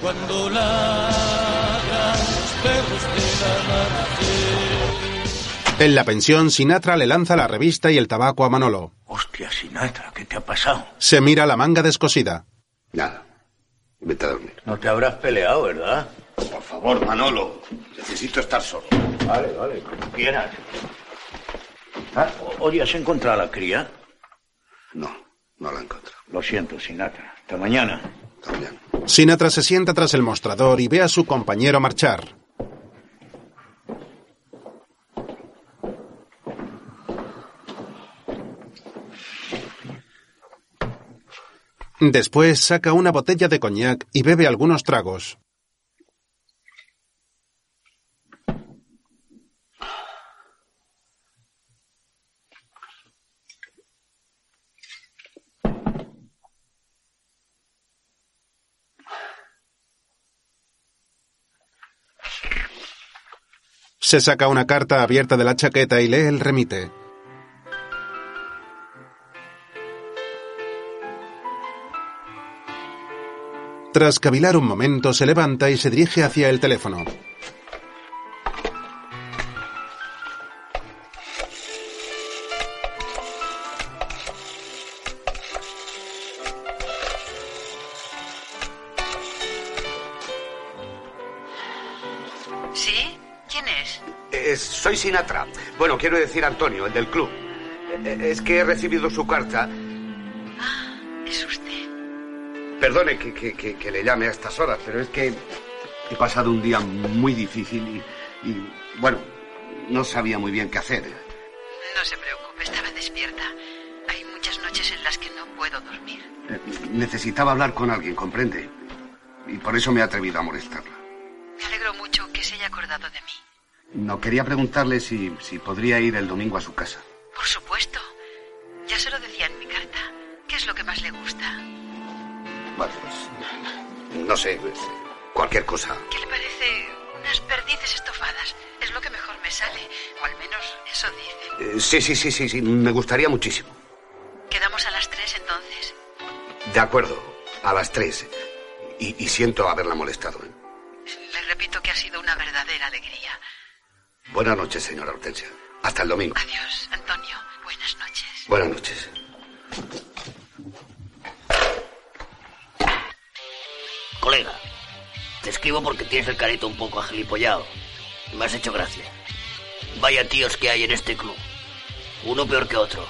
S1: Cuando ladran los perros de la
S5: En la pensión, Sinatra le lanza la revista y el tabaco a Manolo.
S15: Hostia, Sinatra, ¿qué te ha pasado?
S5: Se mira la manga descosida.
S7: Nada. Vete a dormir.
S15: No te habrás peleado, ¿verdad?
S7: Por favor, Manolo. Necesito estar solo.
S15: Vale, vale, como quieras. Ah, o- oye, ¿has encontrado a la cría?
S7: No, no la encuentro.
S15: Lo siento, Sinatra. Hasta mañana.
S5: Sinatra se sienta tras el mostrador y ve a su compañero marchar. Después saca una botella de coñac y bebe algunos tragos. Se saca una carta abierta de la chaqueta y lee el remite. Tras cavilar un momento, se levanta y se dirige hacia el teléfono.
S8: ¿Sí? ¿Quién es?
S7: Eh, soy Sinatra. Bueno, quiero decir Antonio, el del club. Eh, Es que he recibido su carta.
S8: Ah, Es usted.
S7: Perdone que, que- que- que le llame a estas horas, pero es que he pasado un día muy difícil y, y, bueno, no sabía muy bien qué hacer. Eh,
S8: No se preocupe, estaba despierta. Hay muchas noches en las que no puedo dormir.
S7: Eh, Necesitaba hablar con alguien, ¿comprende? Y por eso me he atrevido a molestarla.
S8: Me alegro mucho que se haya acordado de mí.
S7: No quería preguntarle si, si podría ir el domingo a su casa.
S8: Por supuesto. Ya se lo decía en mi carta. ¿Qué es lo que más le gusta?
S7: Bueno, pues, no sé, pues, cualquier cosa.
S8: ¿Qué le parece unas perdices estofadas? Es lo que mejor me sale. O al menos eso dice.
S7: Eh, Sí, sí, sí, sí, sí, me gustaría muchísimo.
S8: Quedamos a las tres entonces.
S7: De acuerdo, a las tres. Y, y siento haberla molestado. ¿eh?
S8: Le repito que ha sido una verdadera alegría.
S7: Buenas noches, señora Hortensia. Hasta el domingo.
S8: Adiós, Antonio. Buenas noches.
S7: Buenas noches.
S18: Colega, te escribo porque tienes el careto un poco agilipollado. Me has hecho gracia. Vaya tíos que hay en este club. Uno peor que otro.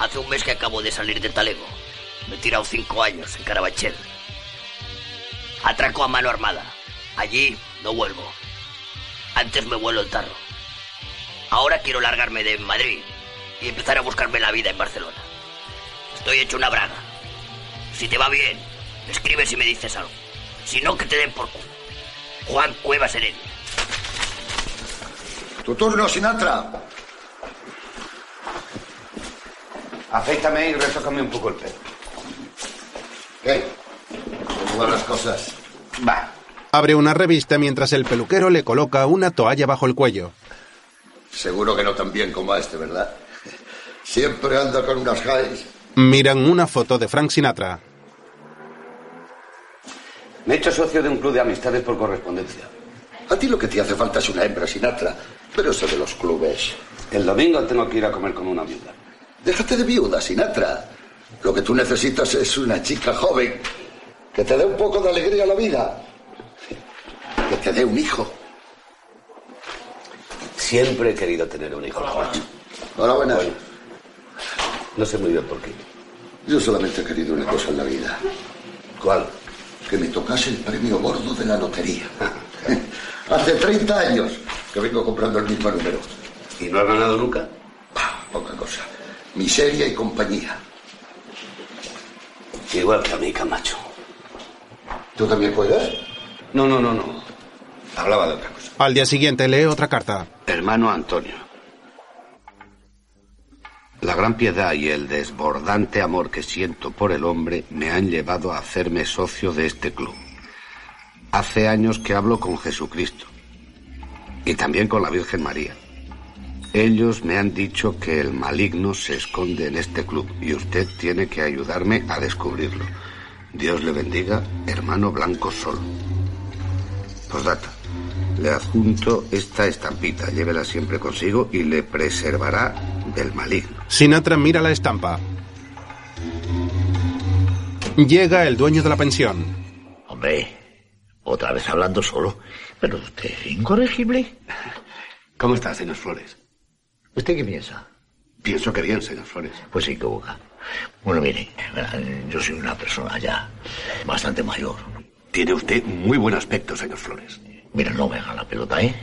S18: Hace un mes que acabo de salir de Talego. Me he tirado cinco años en Carabanchel. Atraco a mano armada. Allí no vuelvo. Antes me vuelo el tarro. Ahora quiero largarme de Madrid y empezar a buscarme la vida en Barcelona. Estoy hecho una braga. Si te va bien, escribe si me dices algo. Si no, que te den por culo. Juan Cuevas Heredia.
S24: Tu turno, Sinatra.
S7: Afeítame y retócame un poco el pelo. ¿Qué? ¿Cómo van las cosas? Va.
S5: Abre una revista mientras el peluquero le coloca una toalla bajo el cuello.
S7: Seguro que no tan bien como a este, ¿verdad? Siempre anda con unas highs.
S5: Miran una foto de Frank Sinatra.
S7: Me he hecho socio de un club de amistades por correspondencia. A ti lo que te hace falta es una hembra Sinatra, pero eso de los clubes. El domingo tengo que ir a comer con una viuda. Déjate de viuda, Sinatra. Lo que tú necesitas es una chica joven que te dé un poco de alegría a la vida. Que te dé un hijo. Siempre he querido tener un hijo, Juancho. Enhorabuena. No sé muy bien por qué. Yo solamente he querido una cosa en la vida. ¿Cuál? Que me tocase el premio gordo de la lotería. Hace 30 años que vengo comprando el mismo número. ¿Y no has ganado nunca? Bah, poca cosa. Miseria y compañía. Igual que a mí, Camacho. ¿Tú también juegas? No, no, no, no. Hablaba de otra cosa.
S5: Al día siguiente lee otra carta.
S7: Hermano Antonio. La gran piedad y el desbordante amor que siento por el hombre me han llevado a hacerme socio de este club. Hace años que hablo con Jesucristo y también con la Virgen María. Ellos me han dicho que el maligno se esconde en este club y usted tiene que ayudarme a descubrirlo. Dios le bendiga, hermano Blanco Sol. Postdata. Le adjunto esta estampita, llévela siempre consigo y le preservará del maligno.
S5: Sinatra mira la estampa. Llega el dueño de la pensión.
S9: Hombre, otra vez hablando solo. Pero usted es incorregible.
S7: ¿Cómo está, señor Flores?
S9: ¿Usted qué piensa?
S7: Pienso que bien, señor Flores.
S9: Pues se equivoca. Bueno, mire, eh, yo soy una persona ya bastante mayor.
S7: Tiene usted muy buen aspecto, señor Flores.
S9: Mira, no me haga la pelota, ¿eh?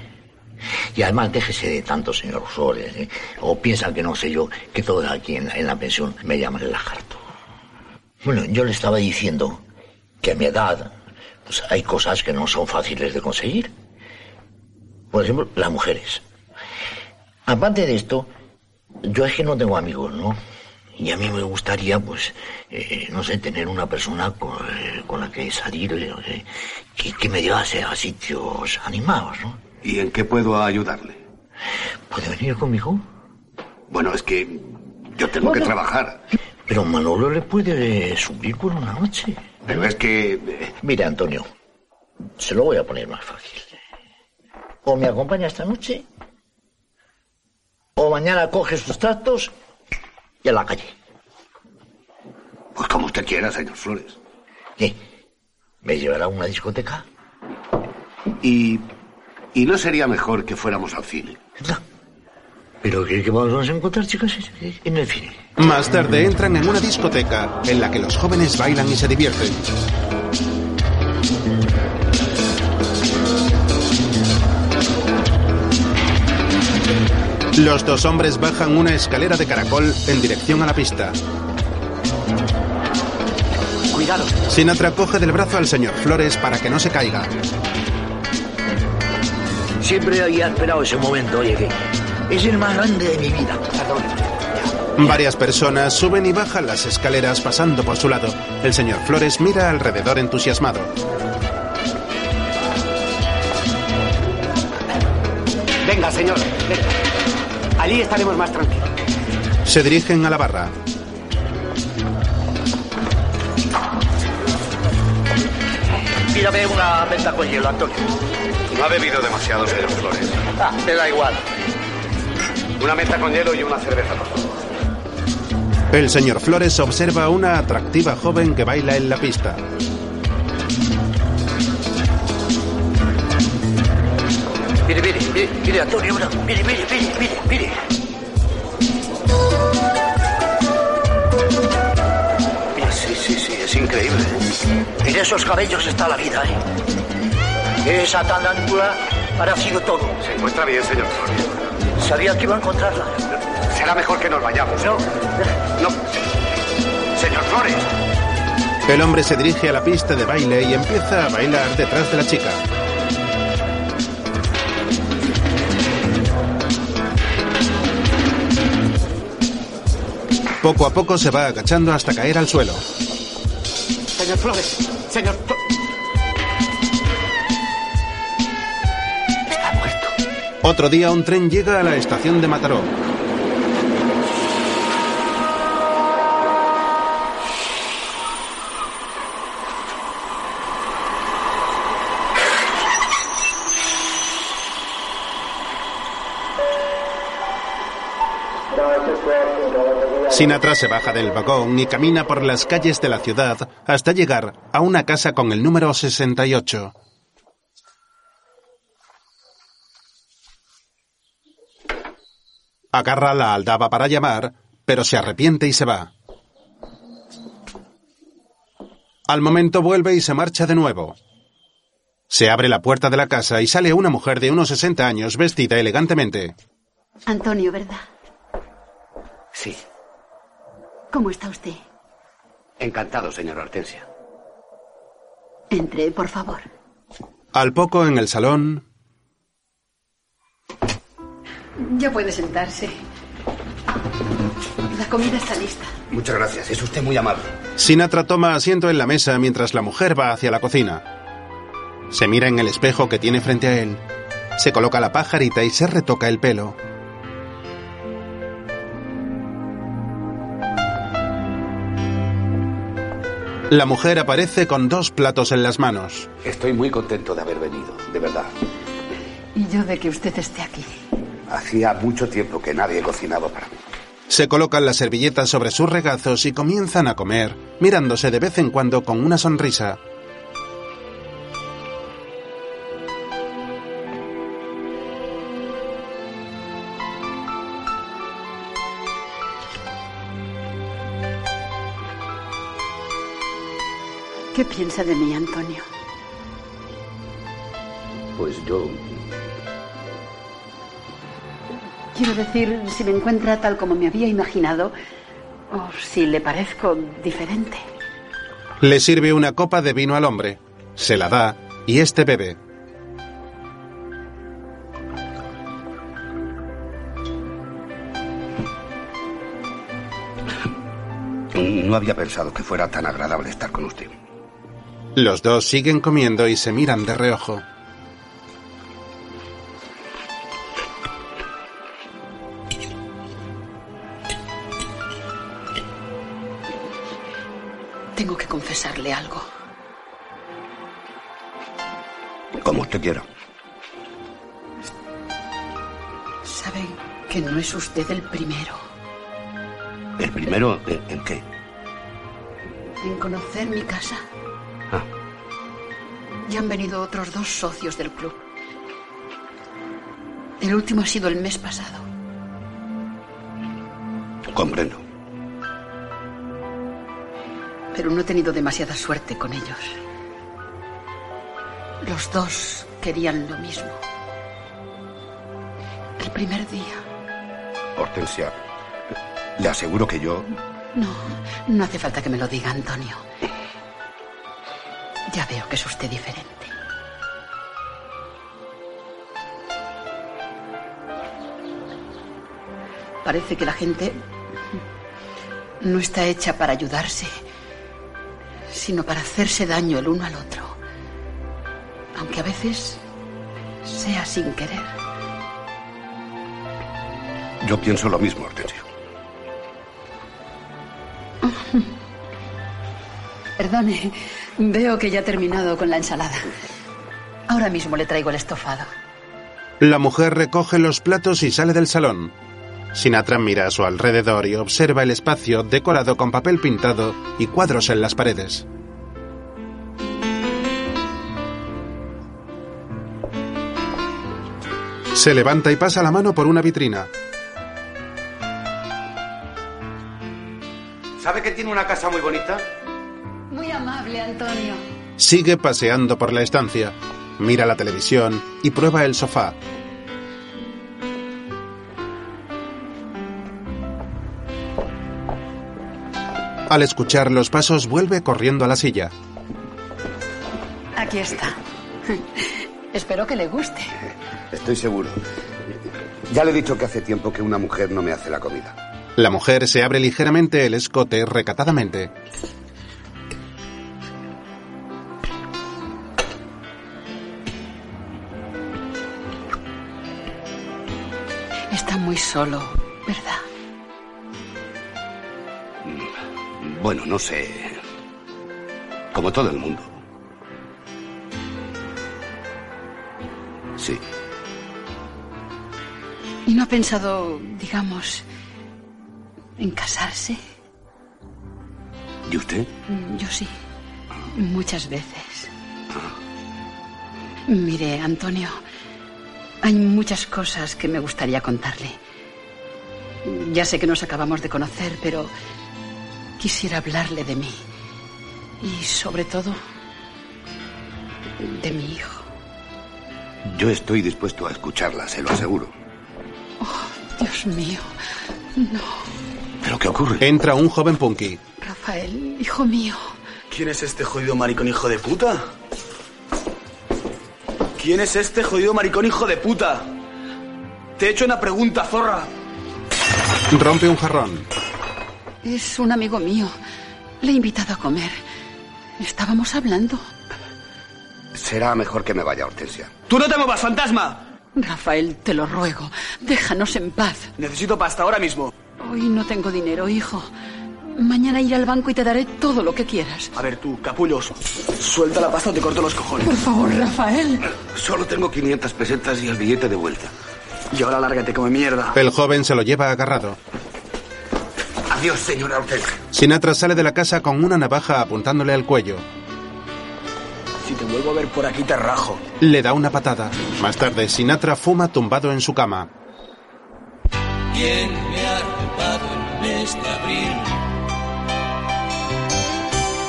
S9: Y además, déjese de tanto, señor Flores. ¿eh? O piensa que no sé yo, que todos aquí en la, en la pensión me llaman el lagarto. Bueno, yo le estaba diciendo que a mi edad pues, hay cosas que no son fáciles de conseguir. Por ejemplo, las mujeres. Aparte de esto, yo es que no tengo amigos, ¿no? Y a mí me gustaría, pues, eh, no sé, tener una persona con, eh, con la que salir, eh, que, que, me llevase a sitios animados, ¿no?
S7: ¿Y en qué puedo ayudarle?
S9: ¿Puede venir conmigo?
S7: Bueno, es que yo tengo bueno, que trabajar.
S9: Pero Manolo le puede subir por una noche.
S7: Pero es que... eh,
S9: Mira, Antonio, se lo voy a poner más fácil. O me acompaña esta noche, o mañana coge sus tractos y a la calle.
S7: Pues como usted quiera, señor Flores.
S9: ¿Qué? ¿Me llevará a una discoteca?
S7: Y. ¿Y no sería mejor que fuéramos al cine?
S9: No. ¿Pero qué, qué vamos a encontrar, chicas, en el cine?
S5: Más tarde entran en una discoteca en la que los jóvenes bailan y se divierten. Los dos hombres bajan una escalera de caracol en dirección a la pista.
S25: Cuidado.
S5: Sinatra coge del brazo al señor Flores para que no se caiga.
S25: Siempre había esperado ese momento, oye, que es el más grande de mi vida. Perdón.
S5: Varias personas suben y bajan las escaleras pasando por su lado. El señor Flores mira alrededor entusiasmado.
S25: Venga, señor. Venga. Allí estaremos más tranquilos.
S5: Se dirigen a la barra.
S25: Pídame una menta con hielo, Antonio.
S7: No ha bebido demasiado, señor Flores.
S25: Ah, te da igual.
S7: Una menta con hielo y una cerveza, por favor.
S5: El señor Flores observa a una atractiva joven que baila en la pista.
S25: Mire, mire, mire, mire, Antonio, mire, mire, mire, mire, mire.
S7: Ah, Sí, sí, sí, es increíble.
S25: En esos cabellos está la vida, ¿eh? Esa tarántula ha sido todo.
S7: Se encuentra bien, señor
S25: Sabía que iba a encontrarla.
S7: Será mejor que nos vayamos.
S25: No.
S7: No. Señor Flores.
S5: El hombre se dirige a la pista de baile y empieza a bailar detrás de la chica. Poco a poco se va agachando hasta caer al suelo.
S3: Señor Flores, señor. Flo-
S5: Otro día un tren llega a la estación de Mataró. Sinatra se baja del vagón y camina por las calles de la ciudad hasta llegar a una casa con el número 68. Agarra la aldaba para llamar, pero se arrepiente y se va. Al momento vuelve y se marcha de nuevo. Se abre la puerta de la casa y sale una mujer de unos 60 años vestida elegantemente.
S4: Antonio, ¿verdad?
S6: Sí,
S4: ¿Cómo está usted?
S6: encantado, señora Hortensia.
S4: Entre, por favor.
S5: Al poco en el salón,
S4: Ya puede sentarse. La comida está lista.
S6: Muchas gracias, es usted muy amable.
S5: Sinatra toma asiento en la mesa mientras la mujer va hacia la cocina. Se mira en el espejo que tiene frente a él. Se coloca la pajarita y se retoca el pelo. La mujer aparece con dos platos en las manos.
S6: Estoy muy contento de haber venido, de verdad.
S4: Y yo de que usted esté aquí.
S6: Hacía mucho tiempo que nadie cocinaba para mí.
S5: Se colocan las servilletas sobre sus regazos y comienzan a comer, mirándose de vez en cuando con una sonrisa.
S4: ¿Qué piensa de mí, Antonio?
S6: Pues yo...
S4: Quiero decir, si me encuentra tal como me había imaginado, o si le parezco diferente.
S5: Le sirve una copa de vino al hombre, se la da y este bebe.
S6: No había pensado que fuera tan agradable estar con usted.
S5: Los dos siguen comiendo y se miran de reojo.
S4: Tengo que confesarle algo.
S6: Como usted quiera.
S4: Saben que no es usted el primero
S6: ¿El primero en, en qué?
S4: en conocer mi casa.
S6: Ah.
S4: Ya han venido otros dos socios del club. El último ha sido el mes pasado.
S6: Comprendo.
S4: pero no he tenido demasiada suerte con ellos. Los dos querían lo mismo. El primer día.
S6: Hortensia, le aseguro que yo...
S4: No, no hace falta que me lo diga, Antonio. Ya veo que es usted diferente. Parece que la gente no está hecha para ayudarse, sino para hacerse daño el uno al otro. Aunque a veces sea sin querer.
S6: Yo pienso lo mismo, Hortensia.
S4: Perdone, veo que ya ha terminado con la ensalada. Ahora mismo le traigo el estofado.
S5: La mujer recoge los platos y sale del salón. Sinatra mira a su alrededor y observa el espacio decorado con papel pintado y cuadros en las paredes. Se levanta y pasa la mano por una vitrina.
S6: ¿Sabe que tiene una casa muy bonita?
S26: Muy amable, Antonio.
S5: Sigue paseando por la estancia. Mira la televisión y prueba el sofá. Al escuchar los pasos vuelve corriendo a la silla.
S4: Aquí está. Espero que le guste.
S6: Estoy seguro. Ya le he dicho que hace tiempo que una mujer no me hace la comida.
S5: La mujer se abre ligeramente el escote recatadamente.
S4: Está muy solo, ¿verdad?
S6: Bueno, no sé. Como todo el mundo. Sí.
S4: ¿Y no ha pensado, digamos, en casarse?
S6: ¿Y usted?
S4: Mm, Yo sí. Muchas veces. Mire, Antonio, hay muchas cosas que me gustaría contarle. Ya sé que nos acabamos de conocer, pero quisiera hablarle de mí. Y sobre todo, de mi hijo.
S6: Yo estoy dispuesto a escucharla, se lo aseguro.
S4: Oh, Dios mío. No,
S6: ¿Pero qué ocurre?
S5: Entra un joven punky.
S4: Rafael, hijo mío.
S10: ¿Quién es este jodido maricón hijo de puta? ¿Quién es este jodido maricón hijo de puta? Te he hecho una pregunta, zorra.
S5: Rompe un jarrón.
S4: Es un amigo mío. Le he invitado a comer. Estábamos hablando.
S6: Será mejor que me vaya, Hortensia.
S10: ¡Tú no te muevas, fantasma!
S4: Rafael, te lo ruego. Déjanos en paz.
S10: Necesito pasta ahora mismo.
S4: Hoy no tengo dinero, hijo. Mañana iré al banco y te daré todo lo que quieras.
S10: A ver, tú, capullos. Suelta la pasta o te corto los cojones.
S4: Por favor, Rafael.
S6: Solo tengo 500 pesetas y el billete de vuelta.
S10: Y ahora lárgate como mierda.
S5: El joven se lo lleva agarrado.
S6: Adiós, señora Hortensia.
S5: Sinatra sale de la casa con una navaja apuntándole al cuello.
S10: Si te vuelvo a ver por aquí, te rajo.
S5: Le da una patada. Más tarde, Sinatra fuma tumbado en su cama.
S1: ¿Quién me ha robado el mes de abril?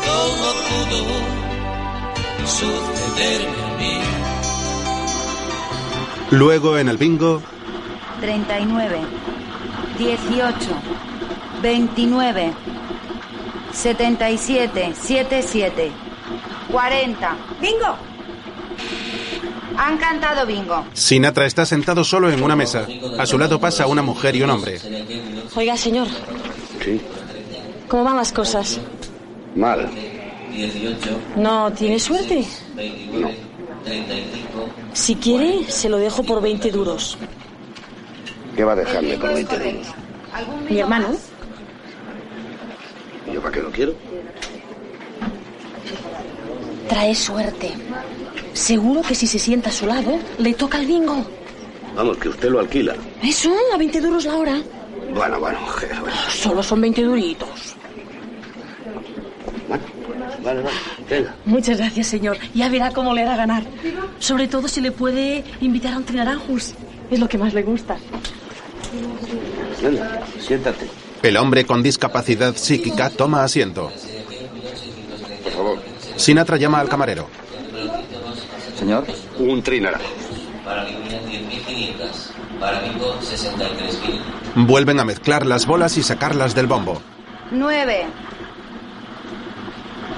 S1: ¿Cómo pudo sucederme a mí?
S5: Luego, en el bingo,
S27: 39, 18, 29, 77, 77, 40. ¡Bingo! Han cantado bingo.
S5: Sinatra está sentado solo en una mesa. A su lado pasa una mujer y un hombre.
S28: Oiga, señor,
S7: Sí,
S28: ¿cómo van las cosas?
S7: mal.
S28: ¿No tiene suerte? Si quiere, se lo dejo por 20 duros.
S7: ¿Qué va a dejarme con 20 duros?
S28: Mi hermano,
S7: ¿Yo para qué lo quiero?
S28: trae suerte. Seguro que si se sienta a su lado, le toca el bingo.
S7: Vamos, que usted lo alquila.
S28: Eso, a 20 duros la hora.
S7: Bueno, bueno, mujer, bueno.
S28: Solo son 20 duritos.
S7: Vale, vale, venga.
S28: Muchas gracias, señor. Ya verá cómo le hará ganar. Sobre todo si le puede invitar a un trinaranjus. Es lo que más le gusta.
S7: Venga, siéntate.
S5: El hombre con discapacidad psíquica toma asiento.
S7: Por favor.
S5: Sinatra llama al camarero.
S7: Señor. Un trinara.
S24: Para Libia 10.500, para Bingo 63.000.
S5: Vuelven a mezclar las bolas y sacarlas del bombo.
S27: 9,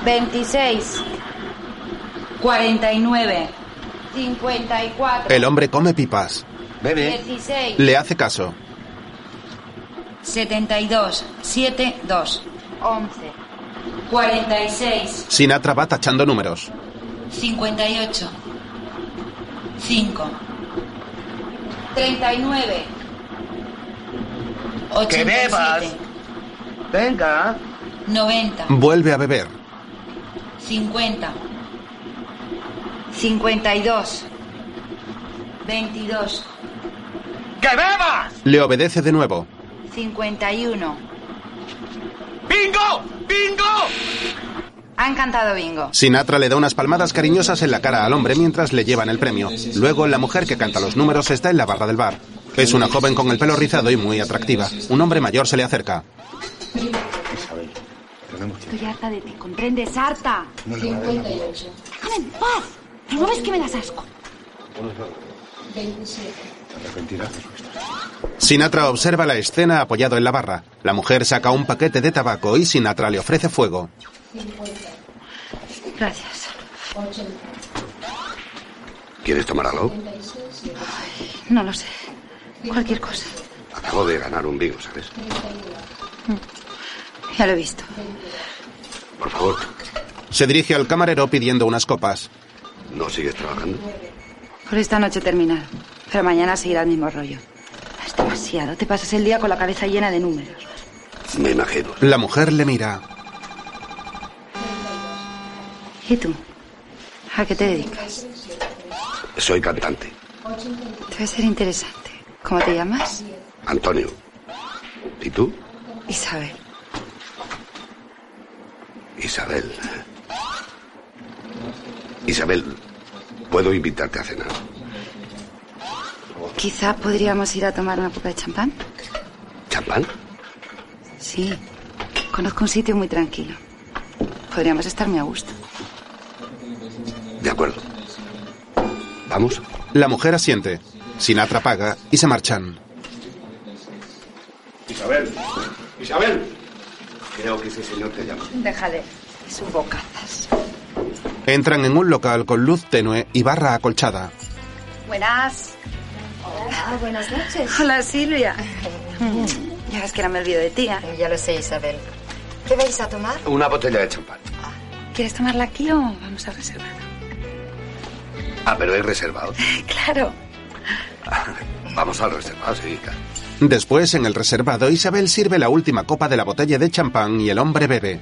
S27: 26, 49, 54,
S5: El hombre come pipas.
S27: 16,
S5: Le hace caso.
S27: 72, 7, 2, 11, 46,
S5: Sinatra va tachando números.
S27: 58, 5, 39,
S6: ¡Que bebas!
S27: 87,
S6: Venga.
S27: 90.
S5: Vuelve a beber.
S27: 50. 52. 22.
S6: ¡Que bebas!
S5: Le obedece de nuevo.
S27: 51.
S6: ¡Bingo! ¡Bingo!
S27: Han cantado bingo.
S5: Sinatra le da unas palmadas cariñosas en la cara al hombre mientras le llevan el premio. Luego, la mujer que canta los números está en la barra del bar. Es una joven con el pelo rizado y muy atractiva. Un hombre mayor se le acerca.
S7: Isabel, tenemos
S14: Estoy harta de ti, ¿comprendes? ¡Harta!
S7: No le va a dar la boca.
S14: ¡Déjame en paz! ¿Pero no ves que me das asco?
S5: Sinatra observa la escena apoyado en la barra. La mujer saca un paquete de tabaco y Sinatra le ofrece fuego.
S14: Gracias.
S7: ¿Quieres tomar algo?
S14: No lo sé. Cualquier cosa.
S7: ¿A Acabo de ganar un bingo, ¿sabes?
S27: Ya lo he visto.
S7: Por favor,
S5: Se dirige al camarero pidiendo unas copas.
S7: ¿no sigues trabajando?
S27: Por esta noche terminar. Pero mañana seguirá el mismo rollo. Es demasiado. Te pasas el día con la cabeza llena de números.
S7: Me imagino.
S5: La mujer le mira.
S27: ¿Y tú? ¿A qué te dedicas?
S7: Soy cantante.
S27: Debe ser interesante. ¿Cómo te llamas?
S7: Antonio. ¿Y tú?
S27: Isabel.
S7: Isabel. Isabel, ¿puedo invitarte a cenar?
S27: Quizá podríamos ir a tomar una copa de champán.
S7: ¿Champán?
S27: Sí. Conozco un sitio muy tranquilo. Podríamos estar muy a gusto.
S7: De acuerdo. ¿Vamos?
S5: La mujer asiente. Sinatra paga y se marchan.
S6: Isabel. Isabel.
S7: Creo que ese señor te llama.
S27: Déjale. Es un bocazas.
S5: Entran en un local con luz tenue y barra acolchada.
S27: Buenas.
S11: Hola, buenas noches.
S27: Hola, Silvia. Ya ves que no me olvido de ti. ¿eh?
S11: Ya lo sé, Isabel. ¿Qué vais a tomar?
S7: Una botella de champán.
S27: ¿Quieres tomarla aquí o vamos a reservar?
S7: Ah, pero es reservado.
S27: Claro.
S7: Vamos al reservado, sí, claro.
S5: Después, en el reservado, Isabel sirve la última copa de la botella de champán y el hombre bebe.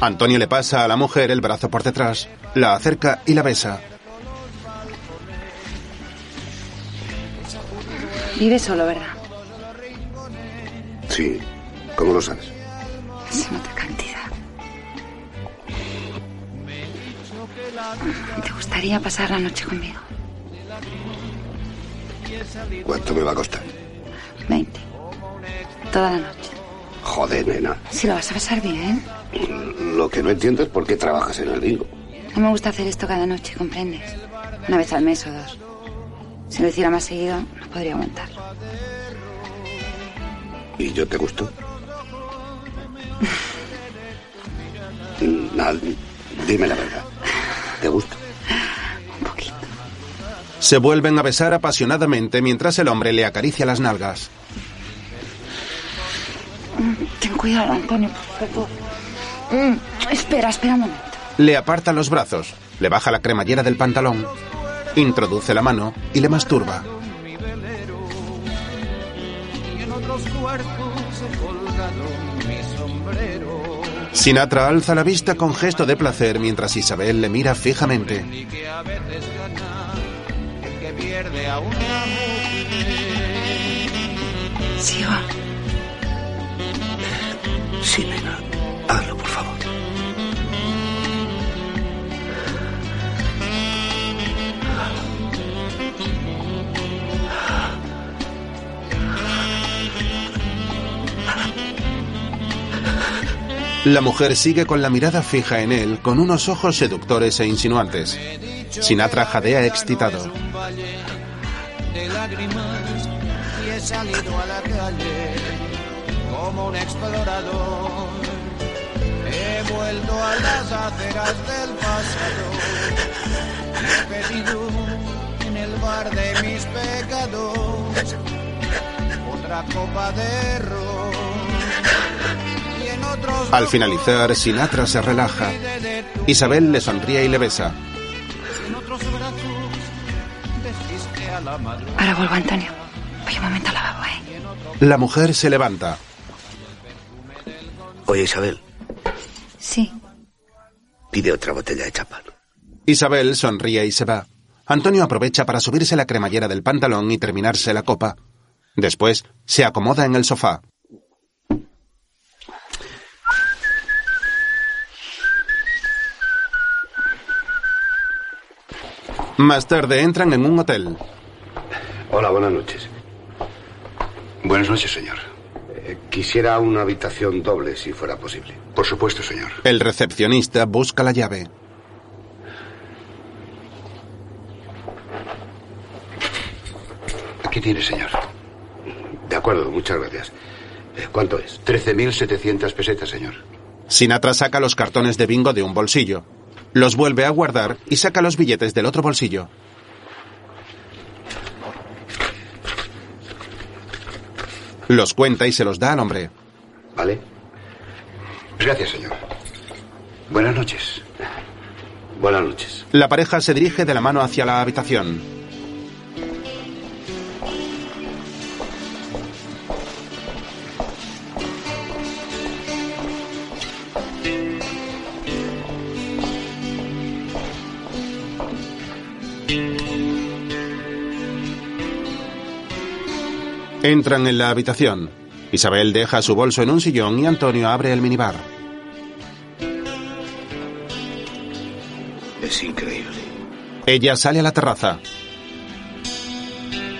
S5: Antonio le pasa a la mujer el brazo por detrás, la acerca y la besa.
S27: Vive solo, ¿verdad?
S7: Sí. ¿Cómo lo sabes?
S27: Es otra cantidad. ¿Te gustaría pasar la noche conmigo?
S7: ¿Cuánto me va a costar?
S27: 20. Toda la noche.
S7: Joder, nena.
S27: Si lo vas a pasar bien.
S7: Lo que no entiendo es por qué trabajas en el bingo.
S27: No me gusta hacer esto cada noche, ¿comprendes? Una vez al mes o dos. Si lo hiciera más seguido, no podría aguantar.
S7: ¿Y yo te gusto? Na- dime la verdad. ¿Te gusto?
S5: Se vuelven a besar apasionadamente mientras el hombre le acaricia las nalgas.
S27: Mm, Ten cuidado, Antonio, por favor. Mm, Espera, espera un momento.
S5: Le aparta los brazos, le baja la cremallera del pantalón, introduce la mano y le masturba.
S1: Y en otros cuerpos he colgado mi sombrero.
S5: Sinatra alza la vista con gesto de placer mientras Isabel le mira fijamente.
S1: Y que a veces gana el que pierde a una mujer.
S27: Sigo.
S7: Sí, nena. Hazlo, por favor.
S5: La mujer sigue con la mirada fija en él, con unos ojos seductores e insinuantes. Sinatra jadea excitado.
S1: de lágrimas y he salido a la calle como un explorador. He vuelto a las aceras del pasado. Me he pedido en el bar de mis pecados otra copa de ron. Y en otros
S5: Al finalizar, Sinatra se relaja. Isabel le sonríe y le besa.
S1: en otros brazos desiste a la madrugada.
S27: Ahora vuelvo, Antonio. Voy un momento al lavabo, ¿eh?
S5: La mujer se levanta.
S7: Oye, Isabel,
S27: Sí.
S7: pide otra botella de champán.
S5: Isabel sonríe y se va. Antonio aprovecha para subirse la cremallera del pantalón y terminarse la copa. Después, se acomoda en el sofá. Más tarde entran en un hotel.
S7: Hola, buenas noches. Buenas noches, señor. Eh, quisiera una habitación doble, si fuera posible. Por supuesto, señor.
S5: El recepcionista busca la llave.
S7: Aquí tiene, señor. De acuerdo, muchas gracias. Eh, ¿Cuánto es? 13.700 pesetas, señor.
S5: Sinatra saca los cartones de bingo de un bolsillo, los vuelve a guardar y saca los billetes del otro bolsillo. Los cuenta y se los da al hombre.
S29: ¿Vale? Pues gracias, señor. Buenas noches.
S7: Buenas noches.
S5: La pareja se dirige de la mano hacia la habitación. Entran en la habitación. Isabel deja su bolso en un sillón y Antonio abre el minibar.
S7: Es increíble.
S5: Ella sale a la terraza.
S27: ¿eh?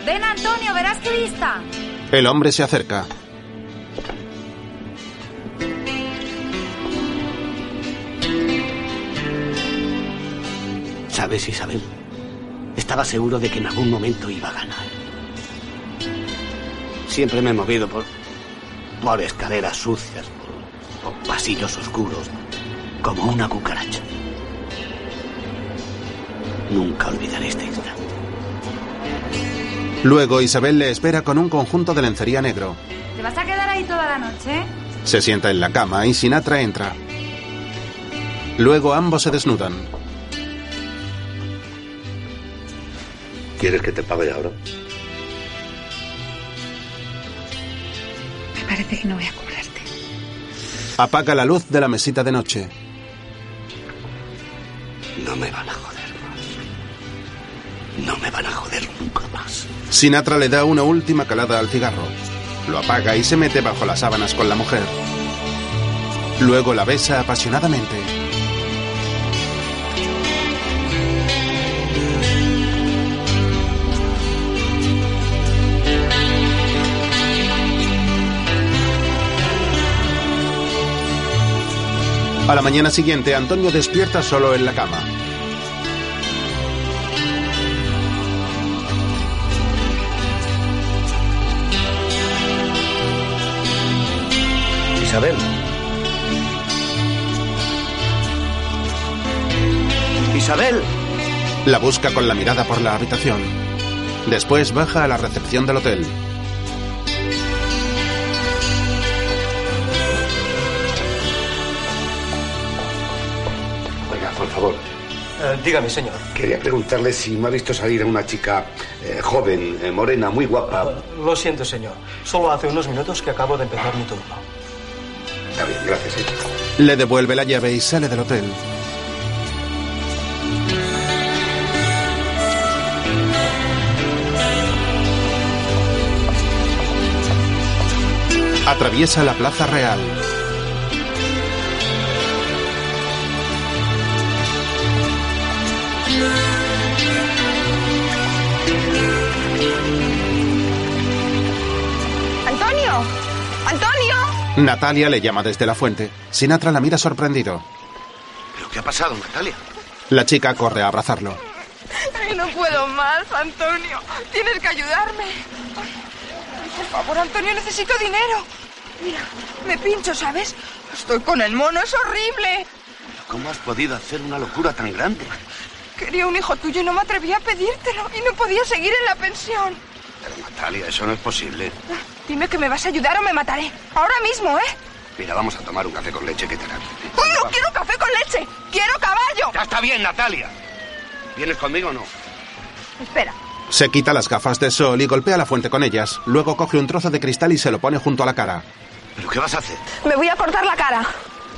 S14: Ven, Antonio, verás qué vista.
S5: El hombre se acerca.
S30: ¿Sabes, Isabel? Estaba seguro de que en algún momento iba a ganar.
S7: Siempre me he movido por. por escaleras sucias, por, por pasillos oscuros, como una cucaracha. Nunca olvidaré este instante.
S5: Luego Isabel le espera con un conjunto de lencería negro.
S14: ¿Te vas a quedar ahí toda la noche? ¿eh?
S5: Se sienta en la cama y Sinatra entra. Luego ambos se desnudan.
S7: ¿Quieres que te pague ahora?
S14: Me parece que no voy a cobrarte.
S5: Apaga la luz de la mesita de noche.
S7: No me van a joder más. No me van a joder nunca más.
S5: Sinatra le da una última calada al cigarro. Lo apaga y se mete bajo las sábanas con la mujer. Luego la besa apasionadamente. A la mañana siguiente, Antonio despierta solo en la cama.
S30: Isabel. Isabel.
S5: La busca con la mirada por la habitación. Después baja a la recepción del hotel.
S29: Oiga, por favor,
S8: dígame, señor.
S29: quería preguntarle si me ha visto salir a una chica eh, joven, eh, morena, muy guapa.
S8: Lo siento, señor. Solo hace unos minutos que acabo de empezar mi turno.
S29: Está bien, gracias. sí.
S7: eh.
S5: Le devuelve la llave y sale del hotel. Atraviesa la Plaza Real.
S14: ¡Antonio! ¡Antonio!
S5: Natalia le llama desde la fuente. Sinatra la mira sorprendido.
S7: ¿Pero qué ha pasado, Natalia?
S5: La chica corre a abrazarlo.
S14: Ay, no puedo más, Antonio. Tienes que ayudarme. Ay, por favor, Antonio, necesito dinero. Mira, me pincho, ¿sabes? Estoy con el mono, es horrible.
S7: ¿Cómo has podido hacer una locura tan grande?
S14: Quería un hijo tuyo y no me atrevía a pedírtelo. Y no podía seguir en la pensión.
S7: Natalia, eso no es posible.
S14: Dime que me vas a ayudar o me mataré. Ahora mismo, ¿eh?
S7: Mira, vamos a tomar un café con leche que te hará.
S14: ¡Uy, no quiero café con leche! ¡Quiero caballo!
S7: Ya está bien, Natalia. ¿Vienes conmigo o no?
S14: Espera.
S5: Se quita las gafas de sol y golpea la fuente con ellas. Luego coge un trozo de cristal y se lo pone junto a la cara.
S7: ¿Pero qué vas a hacer?
S14: Me voy a cortar la cara.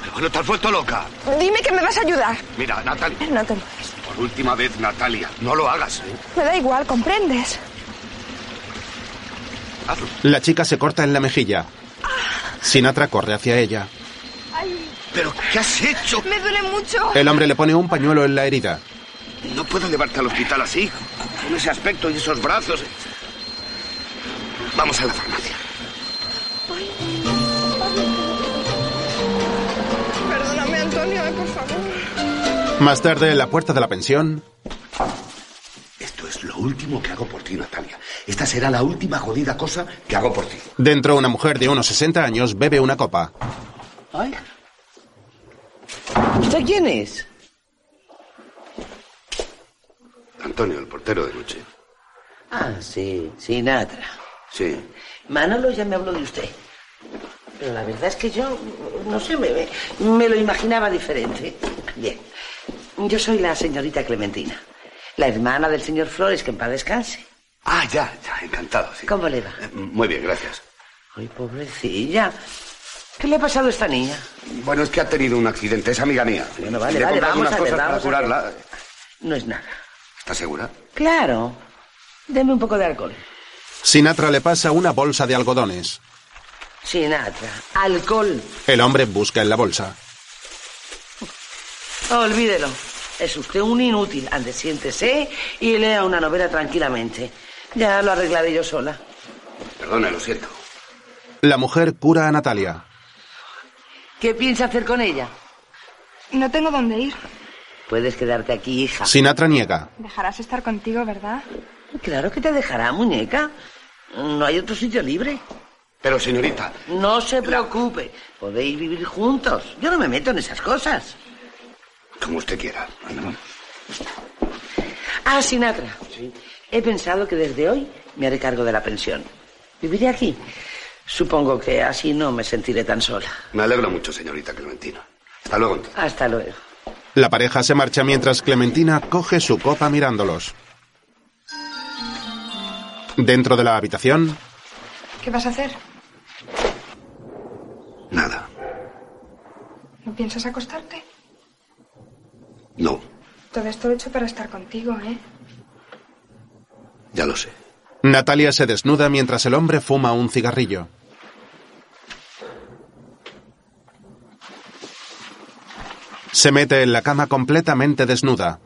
S7: Pero bueno, te has vuelto loca.
S14: Dime que me vas a ayudar.
S7: Mira, Natalia,
S14: No te mueves.
S7: por última vez, Natalia, no lo hagas, ¿eh?
S14: Me da igual, ¿comprendes?
S7: Hazlo.
S5: La chica se corta en la mejilla. Sinatra corre hacia ella.
S7: ¿Pero qué has hecho?
S14: Me duele mucho.
S5: El hombre le pone un pañuelo en la herida.
S7: No puedo llevarte al hospital así, con ese aspecto y esos brazos. Vamos a la farmacia.
S14: Perdóname, Antonio, eh, por favor.
S5: Más tarde, en la puerta de la pensión,
S7: Esto es lo último que hago por ti, Natalia. Esta será la última jodida cosa que hago por ti.
S5: dentro una mujer de unos 60 años bebe una copa.
S30: Ay,
S19: ¿Usted quién es?
S7: Antonio, el portero de noche.
S19: Ah, sí, Sinatra.
S7: Sí.
S19: Manolo ya me habló de usted. Pero la verdad es que yo, no sé, me, me lo imaginaba diferente. Bien. Yo soy la señorita Clementina, la hermana del señor Flores, que en paz descanse.
S7: Ah, ya, ya, encantado, sí.
S19: ¿Cómo le va?
S7: Muy bien, gracias.
S19: Ay, pobrecilla. ¿Qué le ha pasado a esta niña?
S7: Bueno, es que ha tenido un accidente, es amiga mía.
S19: Bueno, vale,
S7: Le he
S19: vale,
S7: comprado
S19: vamos
S7: unas
S19: a ver,
S7: cosas
S19: vamos
S7: para
S19: a ver.
S7: curarla.
S19: No es nada.
S7: ¿Estás segura?
S19: Claro. Deme un poco de alcohol.
S5: Sinatra le pasa una bolsa de algodones.
S19: Sinatra, alcohol.
S5: El hombre busca en la bolsa.
S19: Olvídelo. Es usted un inútil. Ande, siéntese y lea una novela tranquilamente. Ya lo arreglaré yo sola.
S7: Perdone, lo siento.
S5: La mujer cura a Natalia.
S19: ¿Qué piensa hacer con ella?
S14: No tengo dónde ir.
S19: Puedes quedarte aquí, hija.
S5: Sinatra niega.
S14: Dejarás estar contigo, ¿verdad?
S19: Claro que te dejará, muñeca. No hay otro sitio libre.
S7: Pero, señorita.
S19: No se preocupe. Podéis vivir juntos. Yo no me meto en esas cosas.
S7: Como usted quiera. Anda.
S19: Ah, Sinatra. He pensado que desde hoy me haré cargo de la pensión. Viviré aquí. Supongo que así no me sentiré tan sola.
S7: Me alegro mucho, señorita Clementina. Hasta luego, entonces.
S19: Hasta luego.
S5: La pareja se marcha mientras Clementina coge su copa mirándolos. Dentro de la habitación,
S14: ¿Qué vas a hacer?
S7: Nada.
S14: ¿No piensas acostarte?
S7: No,
S14: Todo esto lo he hecho para estar contigo, ¿eh?
S7: ya lo sé.
S5: Natalia se desnuda mientras el hombre fuma un cigarrillo. Se mete en la cama completamente desnuda.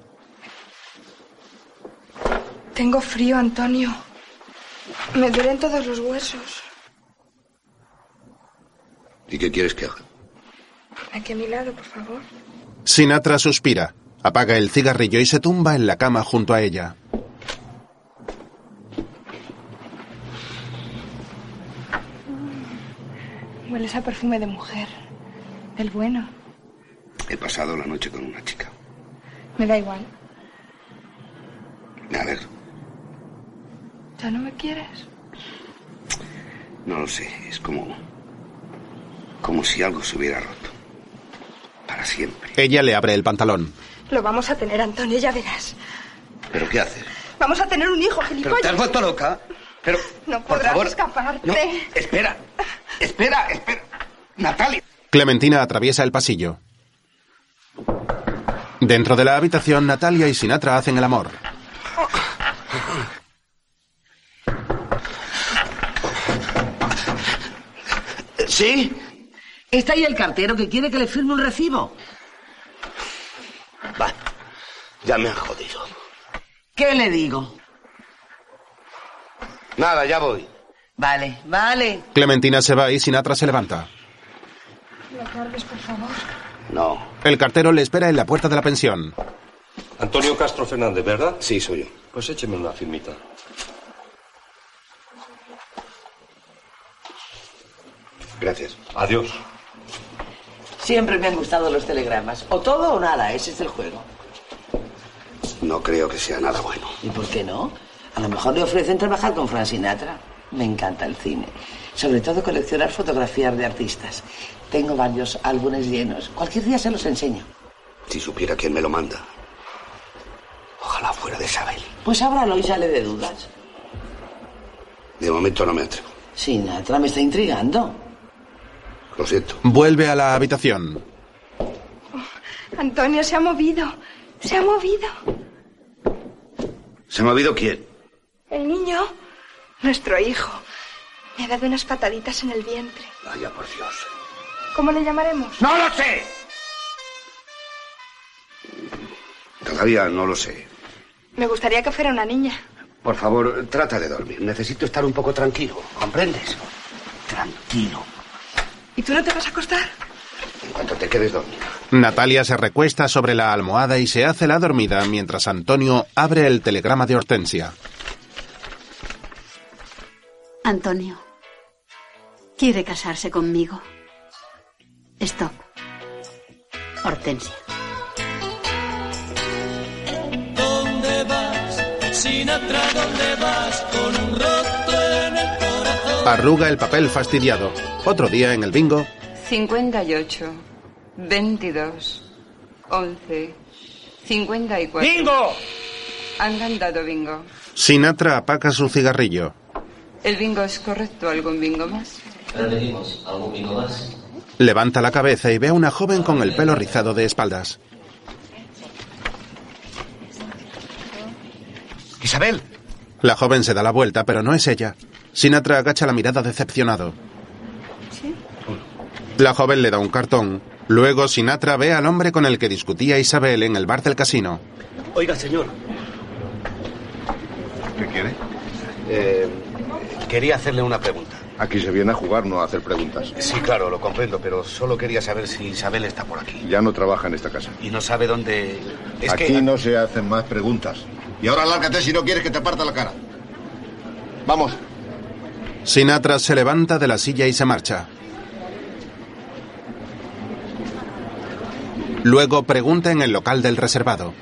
S14: Tengo frío, Antonio. Me duelen todos los huesos.
S7: ¿Y qué quieres que haga?
S14: Aquí a mi lado, por favor.
S5: Sinatra suspira, apaga el cigarrillo y se tumba en la cama junto a ella.
S14: Hueles a perfume de mujer. El bueno.
S7: He pasado la noche con una chica.
S14: Me da igual.
S7: Me alegro.
S14: ¿Ya no me quieres?
S7: No lo sé. Es como. Como si algo se hubiera roto. Para siempre.
S5: Ella le abre el pantalón.
S14: Lo vamos a tener, Antonio, ya verás.
S7: ¿Pero qué haces?
S14: Vamos a tener un hijo,
S7: ¿Pero
S14: gilipollas.
S7: te has vuelto loca? Pero.
S14: No
S7: por
S14: podrás
S7: favor.
S14: escaparte.
S7: No, espera. Espera, espera. Natalia.
S5: Clementina atraviesa el pasillo. Dentro de la habitación, Natalia y Sinatra hacen el amor.
S7: Eh, ¿Sí?
S19: Está ahí el cartero que quiere que le firme un recibo.
S7: Va. Ya me han jodido.
S19: ¿Qué le digo?
S7: Nada, ya voy.
S19: Vale, vale.
S5: Clementina se va y Sinatra se levanta.
S14: No tardes, por favor.
S7: No.
S5: El cartero le espera en la puerta de la pensión.
S31: Antonio Castro Fernández, ¿verdad?
S7: Sí, soy yo.
S31: Pues écheme una firmita.
S7: Gracias.
S31: Adiós.
S19: Siempre me han gustado los telegramas. O todo o nada, ese es el juego.
S7: No creo que sea nada bueno.
S19: ¿Y por qué no? A lo mejor le ofrecen trabajar con Frank Sinatra. Me encanta el cine. Sobre todo coleccionar fotografías de artistas. Tengo varios álbumes llenos. Cualquier día se los enseño.
S7: Si supiera quién me lo manda. Ojalá fuera de Isabel.
S19: Pues ábralo y sale de dudas.
S7: De momento no me atrevo.
S19: Sinatra me está intrigando.
S7: Lo siento.
S5: Vuelve a la habitación.
S14: Antonio se ha movido. Se ha movido.
S7: ¿Se me ha habido quién?
S14: El niño, nuestro hijo, me ha dado unas pataditas en el vientre.
S7: Vaya por Dios.
S14: ¿Cómo le llamaremos?
S7: ¡No lo sé! Todavía no lo sé.
S14: Me gustaría que fuera una niña.
S7: Por favor, trata de dormir. Necesito estar un poco tranquilo. ¿Comprendes? Tranquilo.
S14: ¿Y tú no te vas a acostar?
S7: En cuanto te quedes dormido.
S5: Natalia se recuesta sobre la almohada y se hace la dormida mientras Antonio abre el telegrama de Hortensia.
S4: Antonio quiere casarse conmigo. Stop. Hortensia.
S1: Sinatra, ¿dónde vas? Con un roto en el corazón.
S5: Arruga el papel fastidiado. Otro día en el bingo,
S27: 58, 22, 11, 54.
S5: ¡Bingo!
S27: Han cantado bingo.
S5: Sinatra apaga su cigarrillo.
S27: ¿El bingo es correcto? ¿Algún bingo más?
S24: Repetimos, ¿algún bingo más?
S5: Levanta la cabeza y ve a una joven con el pelo rizado de espaldas.
S6: Isabel.
S5: La joven se da la vuelta, pero no es ella. Sinatra agacha la mirada decepcionado. La joven le da un cartón. Luego Sinatra ve al hombre con el que discutía Isabel en el bar del casino.
S10: Oiga, señor.
S16: ¿Qué quiere? Eh,
S6: Quería hacerle una pregunta.
S16: aquí se viene a jugar, no a hacer preguntas.
S6: Sí, claro, lo comprendo, pero solo quería saber si Isabel está por aquí.
S16: Ya no trabaja en esta casa.
S6: Y no sabe dónde... Es
S16: aquí
S6: que...
S16: no se hacen más preguntas. Y ahora lárgate si no quieres que te parta la cara. Vamos.
S5: Sinatra se levanta de la silla y se marcha. Luego pregunta en el local del reservado.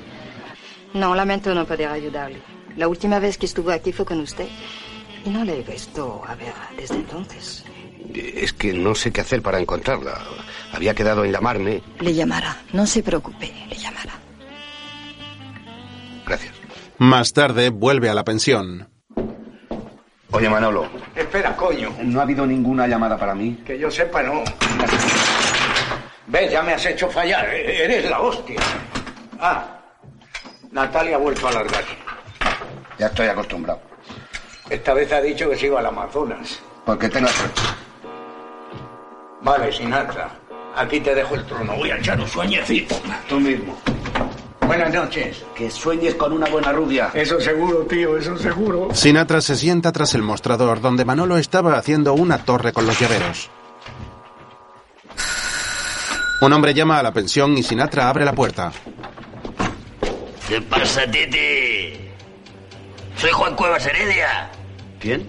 S8: No, lamento no poder ayudarle. La última vez que estuvo aquí fue con usted. Y no le he visto a ver desde entonces.
S6: Es que no sé qué hacer para encontrarla. Había quedado en llamarme.
S8: Le llamará. No se preocupe, le llamará.
S6: Gracias.
S5: Más tarde vuelve a la pensión.
S16: Oye, Manolo.
S15: Espera, coño.
S16: No ha habido ninguna llamada para mí.
S15: Que yo sepa, no. Ve, ya me has hecho fallar. E- Eres la hostia. Ah, Natalia ha vuelto a largar.
S16: Ya estoy acostumbrado.
S15: Esta vez ha dicho que se iba al Amazonas.
S16: Porque tengo suerte.
S15: Vale, Sinatra. Aquí te dejo el trono. Voy a echar un sueñecito. Tú mismo. Buenas noches.
S6: Que sueñes con una buena rubia.
S15: Eso seguro, tío, eso seguro.
S5: Sinatra se sienta tras el mostrador donde Manolo estaba haciendo una torre con los llaveros. Un hombre llama a la pensión y Sinatra abre la puerta.
S18: ¿Qué pasa, Titi? Soy Juan Cuevas Heredia.
S6: ¿Quién?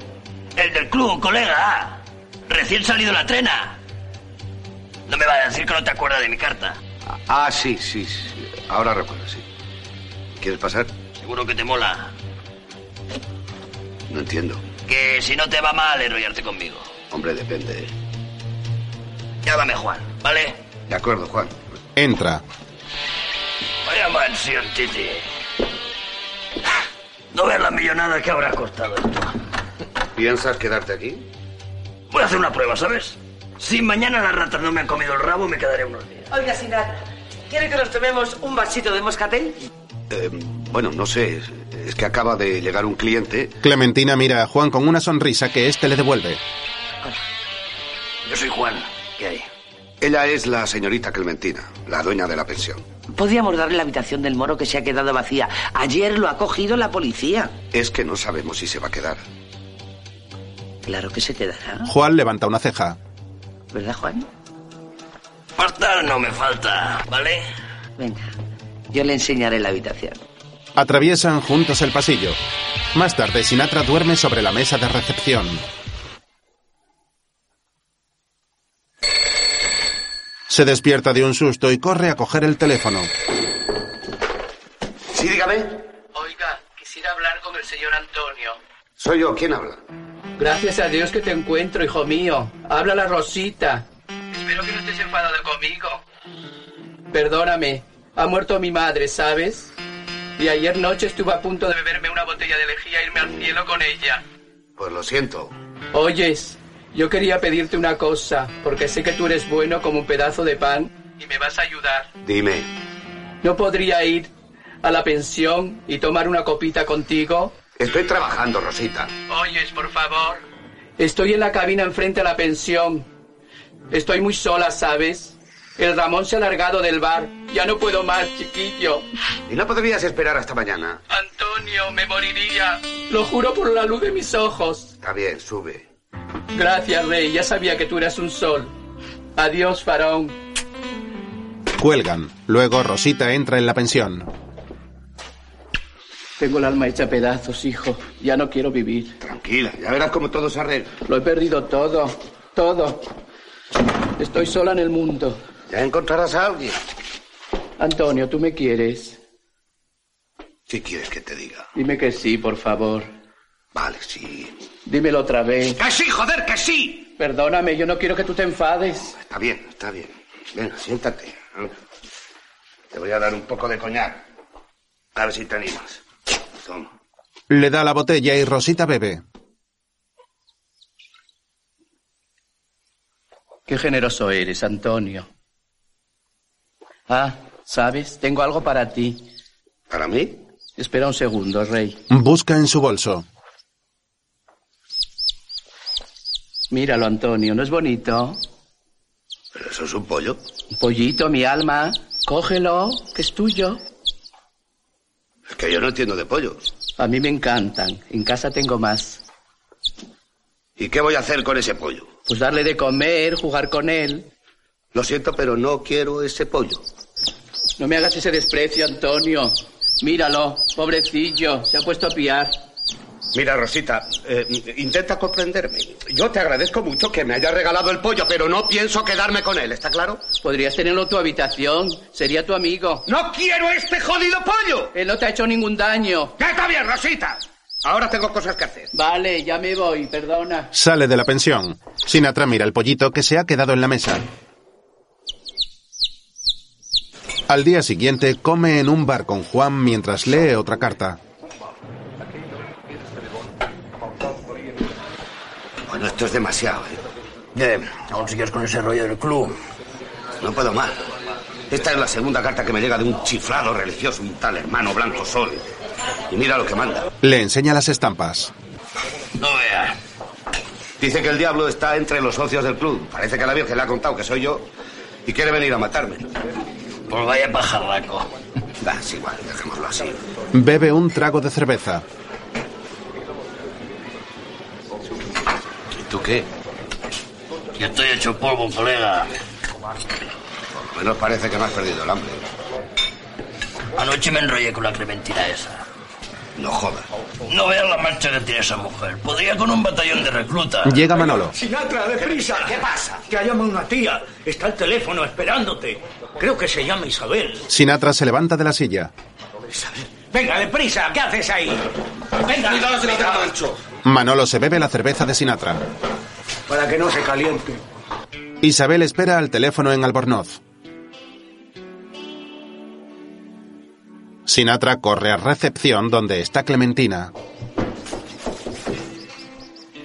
S18: El del club, colega. Recién salido la trena. No me va a decir que no te acuerdas de mi carta.
S6: Ah, sí, sí, sí. Ahora recuerdo, sí. ¿Quieres pasar?
S18: Seguro que te mola.
S6: No entiendo.
S18: Que si no te va mal enrollarte conmigo.
S6: Hombre, depende.
S18: Llámame Juan, ¿vale?
S6: De acuerdo, Juan.
S5: Entra.
S18: Vaya mansión, Titi. No ves la millonada que habrá costado esto.
S6: ¿Piensas quedarte aquí?
S18: Voy a hacer una prueba, ¿sabes? Si mañana las ratas no me han comido el rabo, me quedaré unos días.
S32: Oiga, Sinatra, ¿quiere que nos tomemos un vasito de moscatel?
S6: Eh, bueno, no sé. Es- Es que acaba de llegar un cliente.
S5: Clementina mira a Juan con una sonrisa que éste le devuelve.
S6: Yo soy Juan. ¿Qué hay? Ella es la señorita Clementina, la dueña de la pensión.
S19: Podríamos darle la habitación del moro que se ha quedado vacía. Ayer lo ha cogido la policía.
S6: Es que no sabemos si se va a quedar.
S19: Claro que se quedará,
S5: Juan levanta una ceja.
S19: ¿verdad, Juan?
S18: Pasta no me falta, ¿vale?
S19: Venga, yo le enseñaré la habitación.
S5: Atraviesan juntos el pasillo. Más tarde, Sinatra duerme sobre la mesa de recepción. Se despierta de un susto y corre a coger el teléfono.
S6: Sí, dígame.
S21: Oiga, quisiera hablar con el señor Antonio.
S6: Soy yo. ¿Quién habla?
S21: Gracias a Dios que te encuentro, hijo mío. Habla la Rosita. Espero que no estés enfadado conmigo. Perdóname, ha muerto mi madre, ¿sabes? Y ayer noche estuve a punto de beberme una botella de lejía e irme al cielo con ella.
S6: Pues lo siento.
S21: Oyes, yo quería pedirte una cosa, porque sé que tú eres bueno como un pedazo de pan y me vas a ayudar.
S6: Dime.
S21: ¿No podría ir a la pensión y tomar una copita contigo?
S6: Estoy trabajando, Rosita.
S21: Oyes, por favor. Estoy en la cabina enfrente a la pensión. Estoy muy sola, ¿sabes? El Ramón se ha largado del bar. Ya no puedo más, chiquillo.
S6: ¿Y no podrías esperar hasta mañana?
S21: Antonio, me moriría. Lo juro por la luz de mis ojos.
S6: Está bien, sube.
S21: Gracias, Rey. Ya sabía que tú eras un sol. Adiós, Faraón.
S5: Cuelgan. Luego Rosita entra en la pensión.
S21: Tengo el alma hecha pedazos, hijo. Ya no quiero vivir.
S6: Tranquila, ya verás cómo todo se arregla.
S21: Lo he perdido todo, todo. Estoy sola en el mundo.
S6: Ya encontrarás a alguien.
S21: Antonio, tú me quieres.
S7: ¿Qué quieres que te diga?
S21: Dime que sí, por favor.
S7: Vale, sí.
S21: Dímelo otra vez.
S7: ¡Que sí, joder, que sí!
S21: Perdóname, yo no quiero que tú te enfades.
S7: Está bien, está bien. Venga, siéntate. Te voy a dar un poco de coñac. A ver si te animas. Toma.
S5: Le da la botella y Rosita bebe.
S21: Qué generoso eres, Antonio. Ah, ¿sabes? Tengo algo para ti.
S7: ¿Para mí?
S21: Espera un segundo, Rey.
S5: Busca en su bolso.
S21: Míralo, Antonio, ¿no es bonito?
S7: ¿Pero eso es un pollo?
S21: Pollito, mi alma. Cógelo, que es tuyo.
S7: Es que yo no entiendo de pollos.
S21: A mí me encantan. En casa tengo más.
S7: ¿Y qué voy a hacer con ese pollo?
S21: Pues darle de comer, jugar con él.
S7: Lo siento, pero no quiero ese pollo.
S21: No me hagas ese desprecio, Antonio. Míralo, pobrecillo, se ha puesto a piar.
S7: Mira, Rosita, eh, intenta comprenderme. Yo te agradezco mucho que me hayas regalado el pollo, pero no pienso quedarme con él, ¿está claro?
S21: Podrías tenerlo en tu habitación, sería tu amigo.
S7: ¡No quiero este jodido pollo!
S21: Él no te ha hecho ningún daño.
S7: ¡Ya está bien, Rosita! Ahora tengo cosas que hacer.
S21: Vale, ya me voy, perdona.
S5: Sale de la pensión. Sinatra mira el pollito que se ha quedado en la mesa. Al día siguiente come en un bar con Juan mientras lee otra carta.
S7: Bueno, esto es demasiado, ¿eh?
S15: Bien, aún sigues con ese rollo del club.
S7: No puedo más. Esta es la segunda carta que me llega de un chiflado religioso, un tal hermano Blanco Sol. Y mira lo que manda.
S5: Le enseña las estampas.
S7: No vea. Dice que el diablo está entre los socios del club. Parece que la Virgen le ha contado que soy yo y quiere venir a matarme.
S15: Pues vaya pajarraco.
S7: Da, es igual, dejémoslo así.
S5: Bebe un trago de cerveza.
S7: ¿Y tú qué?
S15: Yo estoy hecho polvo, colega.
S7: Por lo menos parece que Pues no has perdido el hambre.
S15: Anoche me enrollé con la Clementina esa.
S7: No jodas.
S15: No veas la marcha que tiene esa mujer. Podría con un batallón de reclutas.
S5: Llega Manolo.
S2: Sinatra, deprisa.
S15: ¿Qué pasa?
S2: Que llama una tía. Está el teléfono esperándote. Creo que se llama Isabel.
S5: Sinatra se levanta de la silla.
S2: Isabel. Venga, deprisa. ¿Qué haces ahí? Venga.
S15: Cuidado si no te mancho.
S5: Manolo se bebe la cerveza de Sinatra.
S2: Para que no se caliente.
S5: Isabel espera al teléfono en Albornoz. Sinatra corre a recepción donde está Clementina.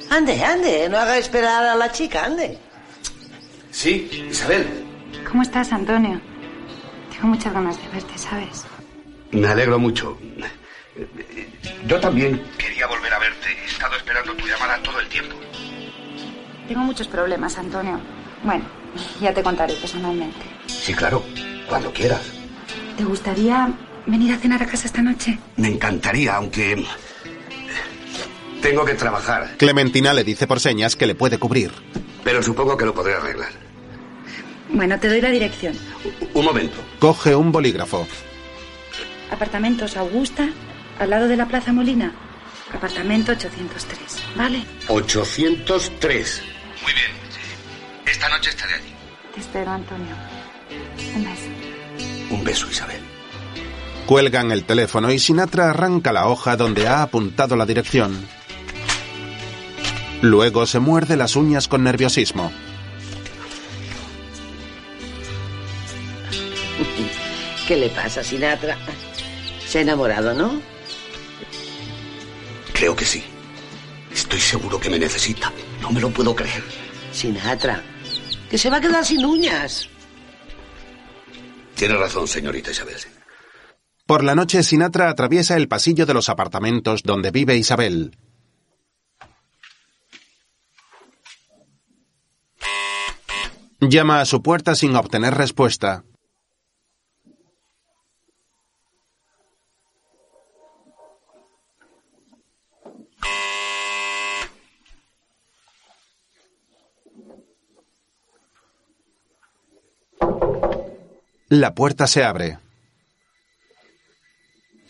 S19: Ande, ande, no haga esperar a la chica, ande.
S7: Sí, Isabel.
S27: ¿Cómo estás, Antonio? Tengo muchas ganas de verte, ¿sabes?
S7: Me alegro mucho. Yo también quería volver a verte. He estado esperando tu llamada todo el tiempo.
S27: Tengo muchos problemas, Antonio. Bueno, ya te contaré personalmente.
S7: Sí, claro, cuando quieras.
S27: ¿Te gustaría venir a cenar a casa esta noche?
S7: Me encantaría, aunque... Tengo que trabajar,
S5: Clementina le dice por señas que le puede cubrir.
S7: pero supongo que lo podré arreglar.
S27: Bueno, te doy la dirección.
S7: Un momento.
S5: Coge un bolígrafo.
S27: Apartamentos Augusta, al lado de la Plaza Molina. Apartamento 803, ¿vale?
S7: 803. Muy bien. Esta noche estaré allí.
S27: Te espero, Antonio. Un beso.
S7: Un beso, Isabel.
S5: Cuelgan el teléfono y Sinatra arranca la hoja donde ha apuntado la dirección. Luego se muerde las uñas con nerviosismo.
S19: ¿Qué le pasa, Sinatra? Se ha enamorado, ¿no?
S7: Creo que sí. Estoy seguro que me necesita. No me lo puedo creer.
S19: Sinatra. Que se va a quedar sin uñas.
S7: Tiene razón, señorita Isabel.
S5: Por la noche, Sinatra atraviesa el pasillo de los apartamentos donde vive Isabel. Llama a su puerta sin obtener respuesta. La puerta se abre.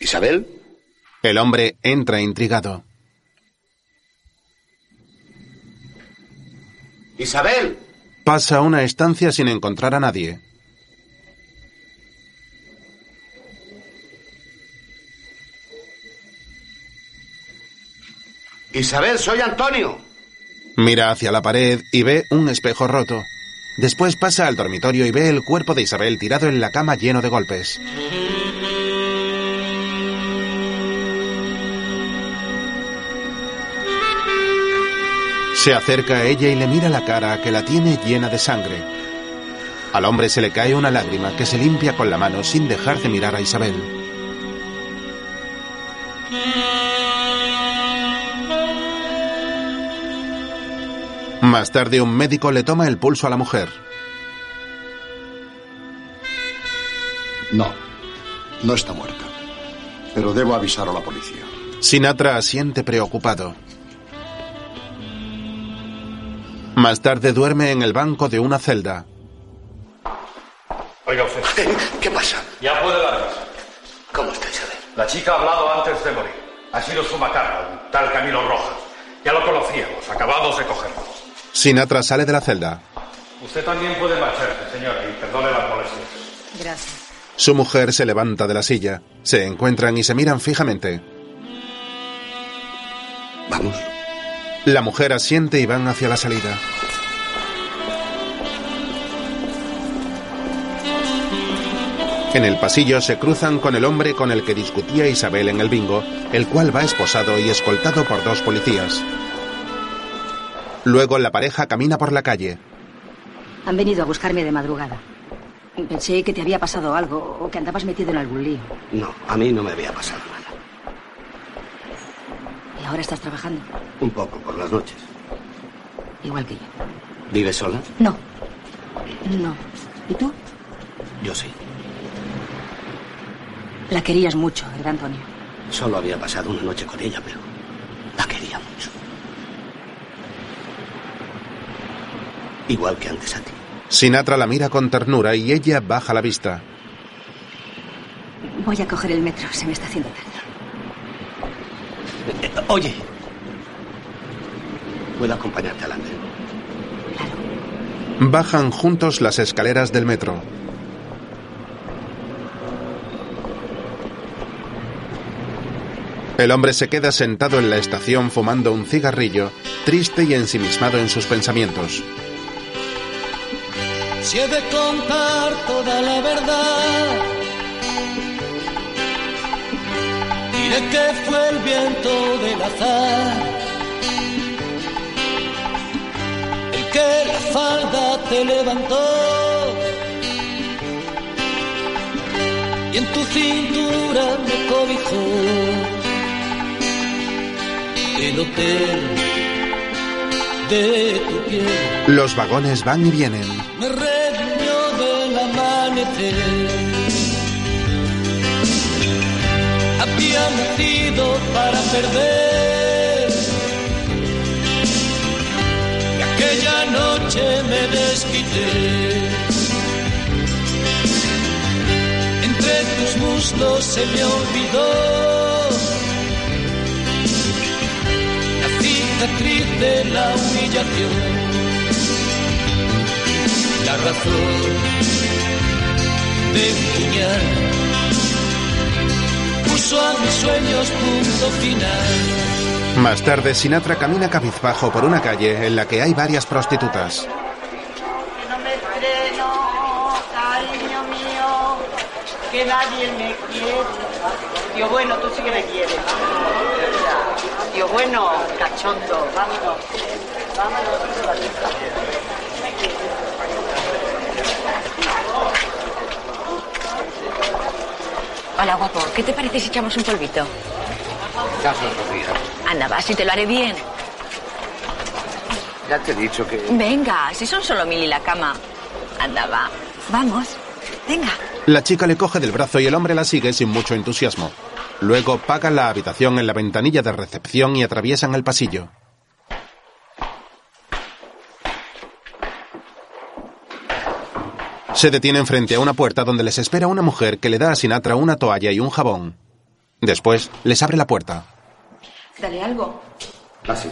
S7: ¿Isabel?
S5: El hombre entra intrigado.
S7: ¡Isabel!
S5: Pasa a una estancia sin encontrar a nadie.
S7: Isabel, soy Antonio.
S5: Mira hacia la pared y ve un espejo roto. Después pasa al dormitorio y ve el cuerpo de Isabel tirado en la cama lleno de golpes. Se acerca a ella y le mira la cara que la tiene llena de sangre. Al hombre se le cae una lágrima que se limpia con la mano sin dejar de mirar a Isabel. Más tarde un médico le toma el pulso a la mujer.
S33: No, no está muerta. Pero debo avisar a la policía.
S5: Sinatra asiente preocupado. Más tarde duerme en el banco de una celda.
S34: Oiga usted.
S7: ¿Qué pasa?
S34: Ya puede darnos.
S7: ¿Cómo está Isabel?
S34: La chica ha hablado antes de morir. Ha sido su macarra, un tal Camilo Rojas. Ya lo conocíamos, acabamos de cogerlo.
S5: Sinatra sale de la celda.
S34: Usted también puede marcharse, señora, y perdone las molestias.
S14: Gracias.
S5: Su mujer se levanta de la silla. Se encuentran y se miran fijamente.
S7: Vamos.
S5: La mujer asiente y van hacia la salida. En el pasillo se cruzan con el hombre con el que discutía Isabel en el bingo, el cual va esposado y escoltado por dos policías. Luego la pareja camina por la calle.
S27: Han venido a buscarme de madrugada. Pensé que te había pasado algo o que andabas metido en algún lío.
S7: No, a mí no me había pasado nada.
S27: Y ahora estás trabajando,
S7: Un poco por las noches.
S27: igual que yo.
S7: ¿Vive sola?
S27: No. No. ¿Y tú?
S7: Yo sí.
S27: La querías mucho, ¿verdad, Antonio?
S7: Solo había pasado una noche con ella, pero la quería mucho. Igual que antes a ti.
S5: Sinatra la mira con ternura y ella baja la vista.
S27: Voy a coger el metro, se me está haciendo tarde.
S7: Eh, Oye. ¿Puedo acompañarte al andén?
S5: Bajan juntos las escaleras del metro. El hombre se queda sentado en la estación fumando un cigarrillo, triste y ensimismado en sus pensamientos.
S1: Si he de contar toda la verdad, diré que fue el viento del azar el que la falda te levantó y en tu cintura me cobijó el hotel de tu piel.
S5: Los vagones van y vienen.
S1: me redimió del amanecer. Había nacido para perder. Y aquella noche me desquité. Entre tus muslos se me olvidó. La cicatriz de la humillación la razón de un puñal puso a mis sueños punto final.
S5: Más tarde, Sinatra camina cabizbajo por una calle en la que hay varias prostitutas.
S28: No me freno, cariño mío, que nadie me quiere.
S35: Tío bueno, tú sí que me quieres.
S28: Tío bueno, cachondo, vámonos. Vámonos,
S3: Hola, guapo. ¿Qué te parece si echamos un polvito?
S7: Café, hija.
S3: Anda, va, si te lo haré bien.
S7: Ya te he dicho que.
S3: Venga, si son solo mil y la cama. Anda, va. Vamos. Venga.
S5: La chica le coge del brazo y el hombre la sigue sin mucho entusiasmo. Luego pagan la habitación en la ventanilla de recepción y atraviesan el pasillo. Se detienen frente a una puerta donde les espera una mujer que le da a Sinatra una toalla y un jabón. Después les abre la puerta.
S14: Dale algo.
S7: Así.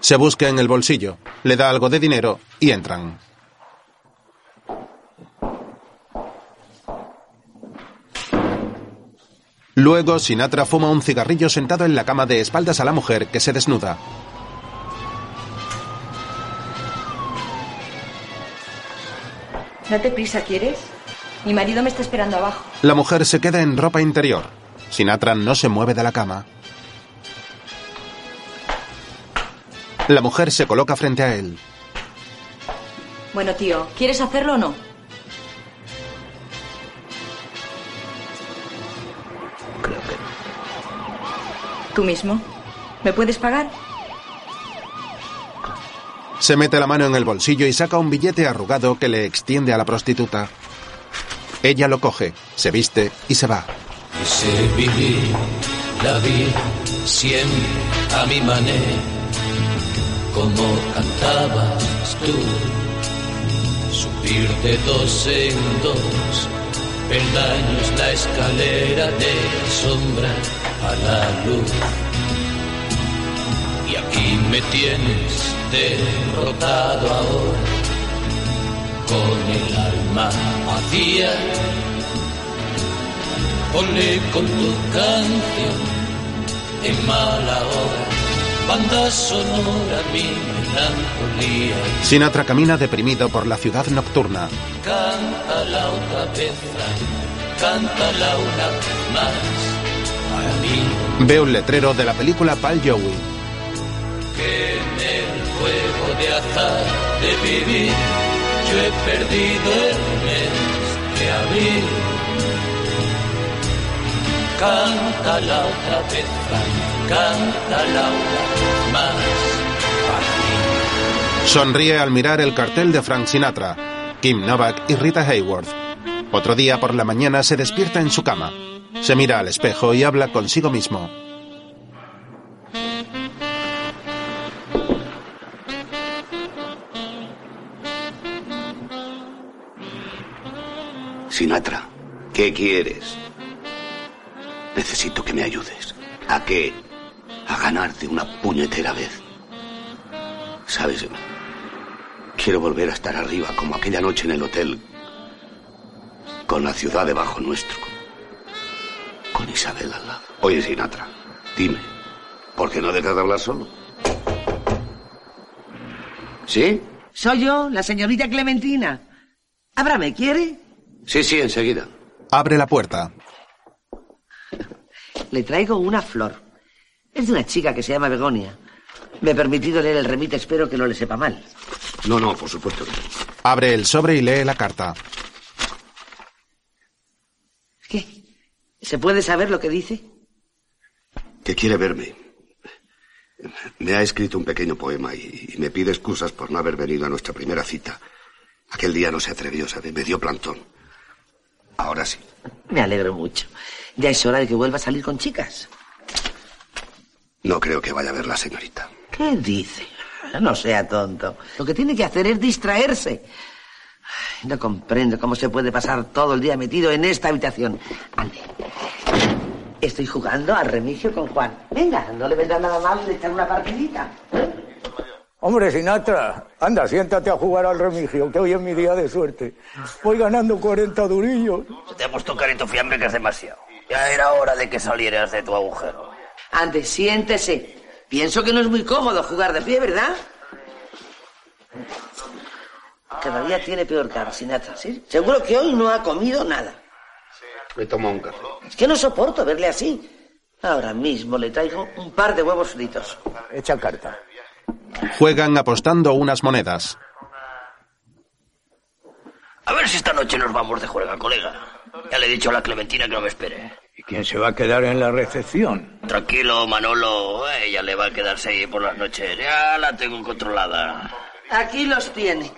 S5: Se busca en el bolsillo, le da algo de dinero y entran. Luego, Sinatra fuma un cigarrillo sentado en la cama de espaldas a la mujer que se desnuda.
S27: Date prisa, ¿quieres? Mi marido me está esperando abajo.
S5: La mujer se queda en ropa interior. Sinatra no se mueve de la cama. La mujer se coloca frente a él.
S27: Bueno, tío, ¿quieres hacerlo o no? ¿Tú mismo? ¿Me puedes pagar?
S5: Se mete la mano en el bolsillo y saca un billete arrugado que le extiende a la prostituta. Ella lo coge, se viste y se va.
S1: Quise vivir la vida siempre a mi manera, como cantabas tú. Subir de dos en dos, peldaños la escalera de sombra a la luz. Y aquí me tienes derrotado ahora, con el alma vacía. Ponle con tu canción en mala hora, banda sonora mi melancolía.
S5: Sinatra camina deprimido por la ciudad nocturna.
S1: Cántala otra vez, Frank, cántala una vez más para mí
S5: Ve un letrero de la película Pal Joey.
S1: que en el juego de azar de vivir yo he perdido el mes de abril. Canta la otra vez, canta la otra más
S5: Sonríe al mirar el cartel de Frank Sinatra, Kim Novak y Rita Hayworth. Otro día por la mañana se despierta en su cama. Se mira al espejo y habla consigo mismo.
S7: Sinatra, ¿qué quieres? Necesito que me ayudes. ¿A qué? A ganarte una puñetera vez. ¿Sabes? Quiero volver a estar arriba como aquella noche en el hotel. Con la ciudad debajo nuestro. Con Isabel al lado. Oye, Sinatra, dime, ¿por qué no dejas de hablar solo? ¿Sí?
S19: Soy yo, la señorita Clementina. Ábrame, ¿quiere?
S7: Sí, sí, enseguida.
S5: Abre la puerta.
S19: Le traigo una flor. Es de una chica que se llama Begonia. Me he permitido leer el remite, espero que no le sepa mal.
S7: No, no, por supuesto que no.
S5: Abre el sobre y lee la carta.
S19: ¿Se puede saber lo que dice?
S7: que quiere verme. Me ha escrito un pequeño poema y, y me pide excusas por no haber venido a nuestra primera cita. Aquel día no se atrevió, ¿sabe? Me dio plantón. Ahora sí.
S19: Me alegro mucho. Ya es hora de que vuelva a salir con chicas.
S7: No creo que vaya a verla, señorita.
S19: ¿Qué dice? Ah, No sea tonto. Lo que tiene que hacer es distraerse. Ay, no comprendo cómo se puede pasar todo el día metido en esta habitación. Ande. Estoy jugando al remigio con Juan. Venga, no le vendrá nada mal de echar una partidita.
S15: Hombre, Sinatra, anda, siéntate a jugar al remigio, que hoy es mi día de suerte. Voy ganando 40 durillos.
S18: Te ha puesto carito fiambre que es demasiado. Ya era hora de que salieras de tu agujero.
S19: Ande, siéntese. Pienso que no es muy cómodo jugar de pie, ¿verdad? Cada día tiene peor cara, Sinatra, ¿sí? Seguro que hoy no ha comido nada.
S7: Me tomo un café.
S19: Es que no soporto verle así. Ahora mismo le traigo un par de huevos fritos.
S15: Echa carta.
S5: Juegan apostando unas monedas.
S18: A ver si esta noche nos vamos de juerga, colega. Ya le he dicho a la Clementina que no me espere.
S15: ¿Y quién se va a quedar en la recepción?
S18: Tranquilo, Manolo. a Ella le va a quedarse ahí por las noches. Ya la tengo controlada.
S19: Aquí los tiene.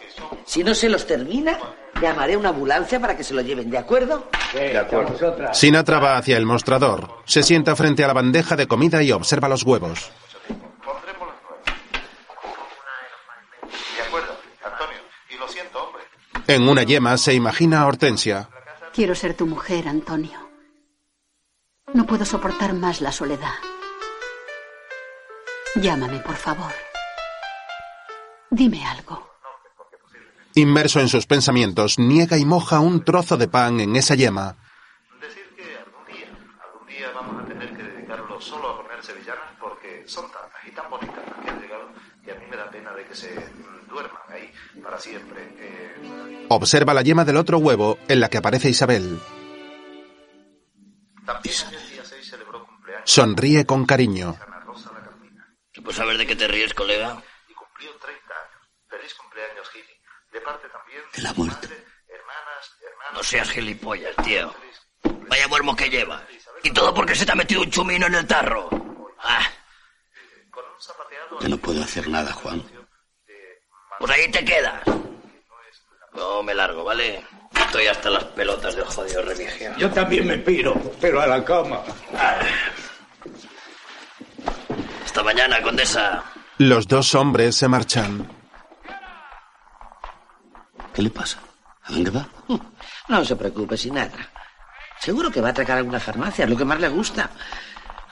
S19: Si no se los termina, llamaré a una ambulancia para que se lo lleven, ¿de acuerdo?
S7: De acuerdo.
S5: Sinatra va hacia el mostrador. Se sienta frente a la bandeja de comida y observa los huevos.
S36: De acuerdo, Antonio. Y lo siento, hombre.
S5: En una yema se imagina a Hortensia.
S4: Quiero ser tu mujer, Antonio. No puedo soportar más la soledad. Llámame, por favor. Dime algo.
S5: Inmerso en sus pensamientos, niega y moja un trozo de pan en esa yema.
S36: Decir que algún día, algún día
S37: son tan, y tan bonitas las que han llegado que a mí me da pena de que se mm, duerman ahí para siempre. Eh,
S5: Observa la yema del otro huevo en la que aparece Isabel.
S37: también el día 6 celebró cumpleaños
S5: Sonríe con cariño.
S37: Ana Rosa la Carmina.
S18: Pues a ver de qué te ríes, colega.
S37: Y cumplió 30 años. Feliz cumpleaños, Gili. De parte también de
S18: la muerte.
S37: madre, hermanas, hermanos.
S18: No seas gilipollas, tío. Vaya muermo que lleva. Y todo porque se te ha metido un chumino en el tarro. Ah.
S7: Yo no puedo hacer nada, Juan.
S18: Pues ahí te quedas. No, me largo, ¿vale? Estoy hasta las pelotas del jodido religio.
S15: Yo también me piro, pero a la cama.
S18: Hasta mañana, condesa.
S5: Los dos hombres se marchan.
S7: ¿Qué le pasa? ¿A dónde va?
S19: No se preocupe, Sinatra. Seguro que va a atracar alguna farmacia, es lo que más le gusta.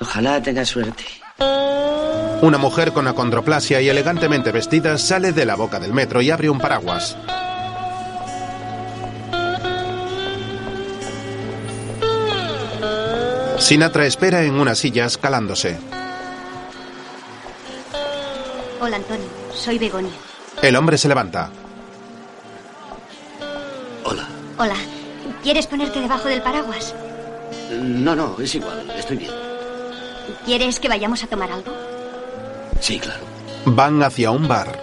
S19: Ojalá tenga suerte.
S5: Una mujer con acondroplasia y elegantemente vestida sale de la boca del metro y abre un paraguas. Sinatra espera en una silla escalándose.
S6: Hola, Antonio. Soy Begonia.
S5: El hombre se levanta.
S6: Hola. ¿Quieres ponerte debajo del paraguas?
S7: No, no, es igual. Estoy bien.
S6: ¿Quieres que vayamos a tomar algo?
S7: Sí, claro.
S5: Van hacia un bar.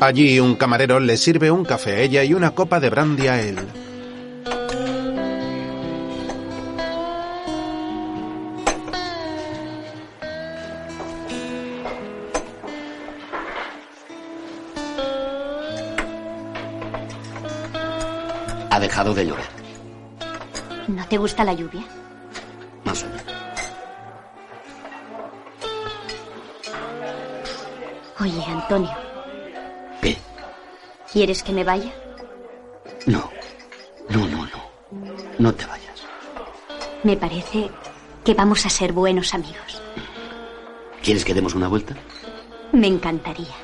S5: Allí un camarero le sirve un café a ella y una copa de brandy a él.
S7: Ha dejado de llover.
S6: ¿No te gusta la lluvia?
S7: Más o menos.
S6: Oye, Antonio.
S7: ¿Qué?
S6: ¿Quieres que me vaya?
S7: No. No, no, no. No te vayas.
S6: Me parece que vamos a ser buenos amigos.
S7: ¿Quieres que demos una vuelta?
S6: Me encantaría.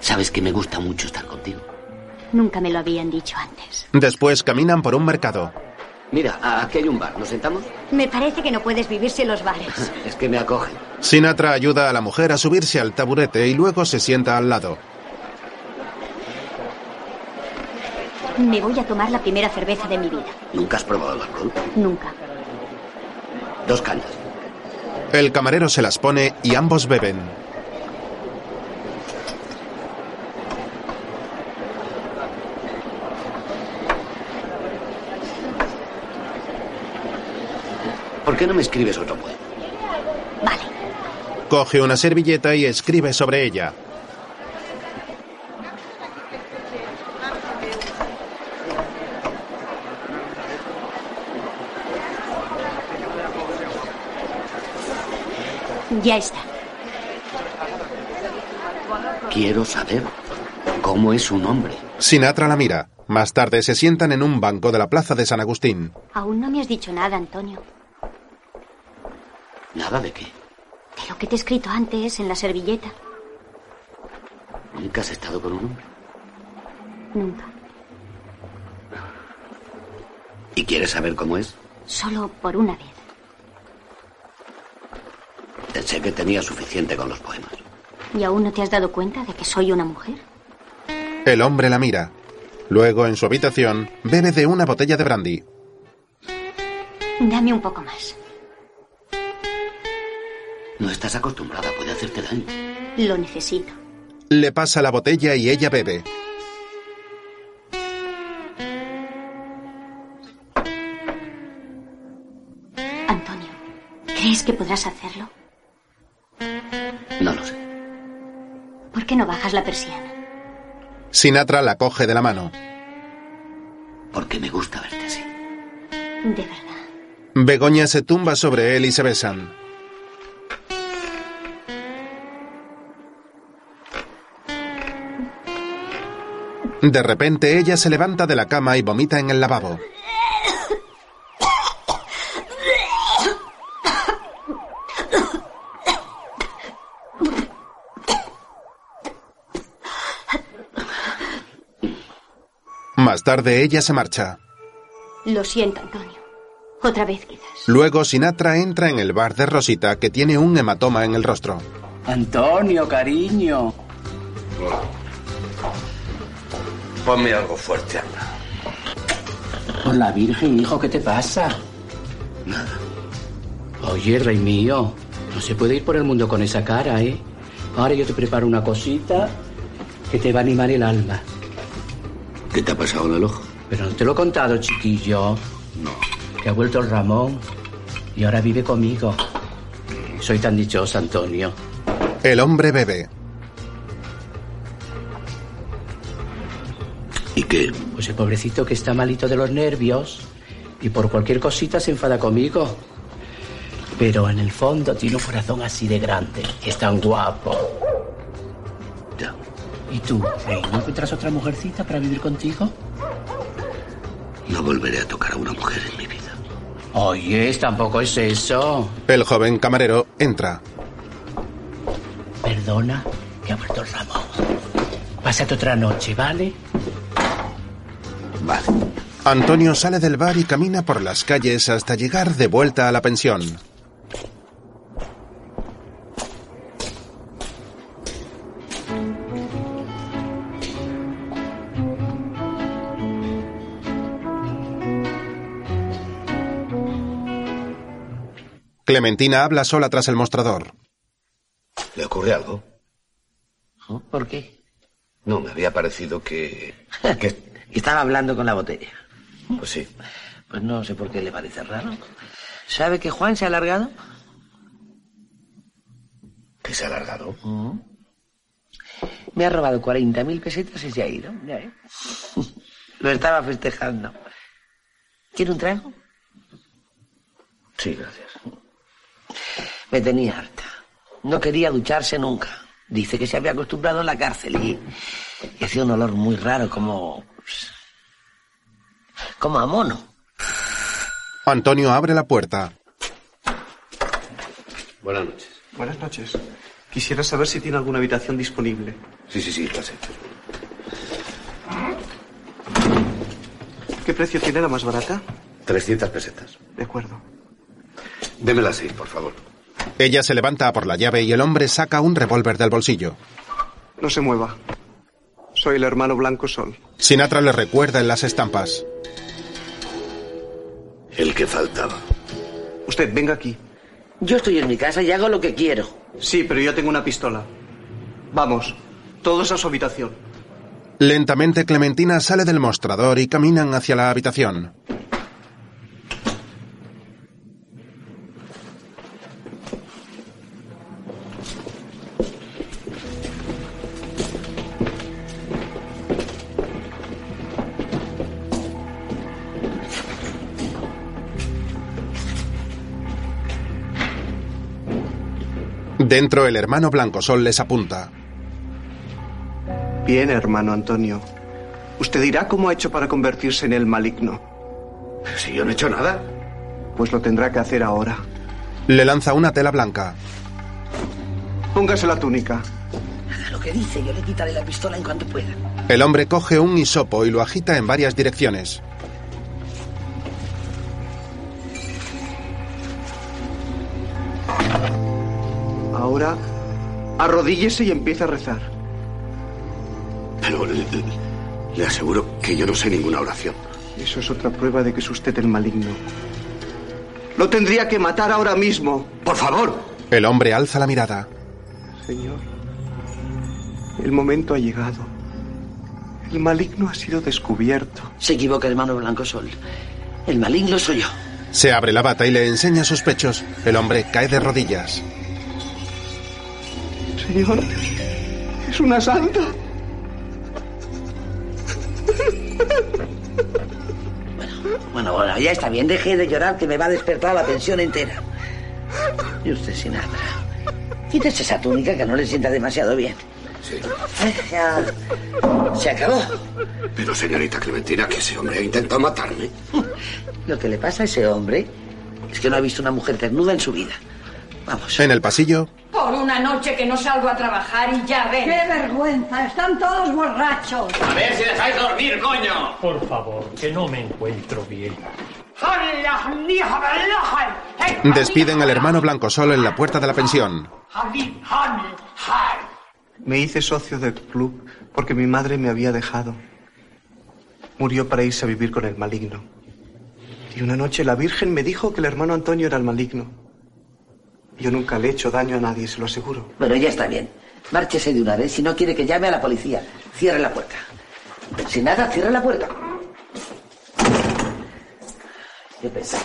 S7: Sabes que me gusta mucho estar contigo.
S6: Nunca me lo habían dicho antes.
S5: Después caminan por un mercado.
S7: Mira, a- aquí hay un bar. ¿Nos sentamos?
S6: Me parece que no puedes vivir sin los bares.
S7: Es que me acogen.
S5: Sinatra ayuda a la mujer a subirse al taburete y luego se sienta al lado.
S6: Me voy a tomar la primera cerveza de mi vida.
S7: ¿Nunca has probado el alcohol?
S6: Nunca.
S7: Dos cañas.
S5: El camarero se las pone y ambos beben.
S7: ¿Por qué no me escribes otro poema?
S5: Coge una servilleta y escribe sobre ella.
S6: Ya está.
S7: Quiero saber cómo es un hombre.
S5: Sinatra la mira. Más tarde se sientan en un banco de la plaza de San Agustín.
S6: Aún no me has dicho nada, Antonio.
S7: ¿Nada de qué?
S6: De lo que te he escrito antes en la servilleta.
S7: ¿Nunca has estado con un hombre?
S6: Nunca.
S7: ¿Y quieres saber cómo es?
S6: Solo por una vez.
S7: Pensé que tenía suficiente con los poemas.
S6: ¿Y aún no te has dado cuenta de que soy una mujer?
S5: El hombre la mira. Luego, en su habitación, bebe de una botella de brandy.
S6: Dame un poco más.
S7: No estás acostumbrada, puede hacerte daño.
S6: Lo necesito.
S5: Le pasa la botella y ella bebe.
S6: Antonio, ¿crees que podrás hacerlo?
S7: No lo sé.
S6: ¿Por qué no bajas la persiana?
S5: Sinatra la coge de la mano.
S7: Porque me gusta verte así.
S6: De verdad.
S5: Begoña se tumba sobre él y se besan. De repente ella se levanta de la cama y vomita en el lavabo. Más tarde ella se marcha.
S6: Lo siento, Antonio. Otra vez, quizás.
S5: Luego Sinatra entra en el bar de Rosita que tiene un hematoma en el rostro.
S17: Antonio, cariño.
S38: Ponme algo fuerte, anda.
S17: Por la Virgen, hijo, ¿qué te pasa? Oye, rey mío, no se puede ir por el mundo con esa cara, ¿eh? Ahora yo te preparo una cosita que te va a animar el alma.
S7: ¿Qué te ha pasado en el ojo?
S17: Pero no te lo he contado, chiquillo.
S7: No.
S17: Que ha vuelto el Ramón y ahora vive conmigo. Soy tan dichosa, Antonio.
S5: El hombre bebe.
S7: ¿Y qué?
S17: Pues el pobrecito que está malito de los nervios y por cualquier cosita se enfada conmigo. Pero en el fondo tiene un corazón así de grande. Es tan guapo. ¿Y tú, Rey, no encuentras otra mujercita para vivir contigo?
S7: No volveré a tocar a una mujer en mi vida.
S17: Oye, tampoco es eso.
S5: El joven camarero entra.
S17: Perdona, que ha muerto el Ramón. Pásate otra noche, ¿vale?
S7: Vale.
S5: Antonio sale del bar y camina por las calles hasta llegar de vuelta a la pensión. Clementina habla sola tras el mostrador.
S7: ¿Le ocurre algo? ¿Oh?
S19: ¿Por qué?
S7: No, me había parecido que... que-
S19: Estaba hablando con la botella.
S7: Pues sí.
S19: Pues no sé por qué le parece raro. ¿Sabe que Juan se ha alargado?
S7: ¿Que se ha alargado?
S19: Mm. Me ha robado 40.000 pesetas y se ha ido. Ya, ¿eh? Lo estaba festejando. ¿Quiere un trago?
S7: Sí, gracias.
S19: Me tenía harta. No quería ducharse nunca. Dice que se había acostumbrado en la cárcel y, y hacía un olor muy raro, como. como a mono.
S5: Antonio abre la puerta.
S38: Buenas noches.
S8: Buenas noches. Quisiera saber si tiene alguna habitación disponible.
S38: Sí, sí, sí, pase.
S8: ¿Qué precio tiene la más barata?
S38: 300 pesetas.
S8: De acuerdo.
S38: Démela así, por favor.
S5: Ella se levanta por la llave y el hombre saca un revólver del bolsillo.
S8: No se mueva. Soy el hermano Blanco Sol.
S5: Sinatra le recuerda en las estampas.
S7: El que faltaba.
S8: Usted, venga aquí.
S19: Yo estoy en mi casa y hago lo que quiero.
S8: Sí, pero yo tengo una pistola. Vamos, todos a su habitación.
S5: Lentamente Clementina sale del mostrador y caminan hacia la habitación. Dentro el hermano Blancosol les apunta.
S8: Bien, hermano Antonio. Usted dirá cómo ha hecho para convertirse en el maligno.
S38: Si yo no he hecho nada.
S8: Pues lo tendrá que hacer ahora.
S5: Le lanza una tela blanca.
S8: Póngase la túnica.
S19: Lo que dice, yo le quitaré la pistola en cuanto pueda.
S5: El hombre coge un hisopo y lo agita en varias direcciones.
S8: Ahora, arrodíllese y empiece a rezar.
S7: Pero le, le aseguro que yo no sé ninguna oración.
S8: Eso es otra prueba de que es usted el maligno. Lo tendría que matar ahora mismo.
S7: Por favor.
S5: El hombre alza la mirada.
S8: Señor, el momento ha llegado. El maligno ha sido descubierto.
S19: Se equivoca, hermano Blanco Sol. El maligno soy yo.
S5: Se abre la bata y le enseña sus pechos. El hombre cae de rodillas.
S8: Señor, es una santa.
S19: Bueno, bueno, ya está bien. Deje de llorar que me va a despertar la pensión entera. Y usted, Sinatra. Quítese esa túnica que no le sienta demasiado bien.
S7: Sí.
S19: Eh, ya. Se acabó.
S7: Pero señorita Clementina, que ese hombre ha intentado matarme.
S19: Lo que le pasa a ese hombre es que no ha visto una mujer desnuda en su vida. Vamos.
S5: En el pasillo,
S27: Por una noche que no salgo a trabajar y ya ven. ¡Qué vergüenza! Están todos borrachos.
S21: ver si dejáis dormir, coño. Por favor, que no me encuentro bien.
S2: ¿eh?
S5: Despiden al hermano Blanco Solo en la puerta de la pensión.
S8: Me hice socio del club porque mi madre me había dejado. Murió para irse a vivir con el maligno. Y una noche la Virgen me dijo que el hermano Antonio era el maligno. Yo nunca le he hecho daño a nadie, se lo aseguro.
S19: Bueno, ya está bien. Márchese de una vez. Si no quiere que llame a la policía, cierre la puerta. Si nada, cierre la puerta. Yo pensaba.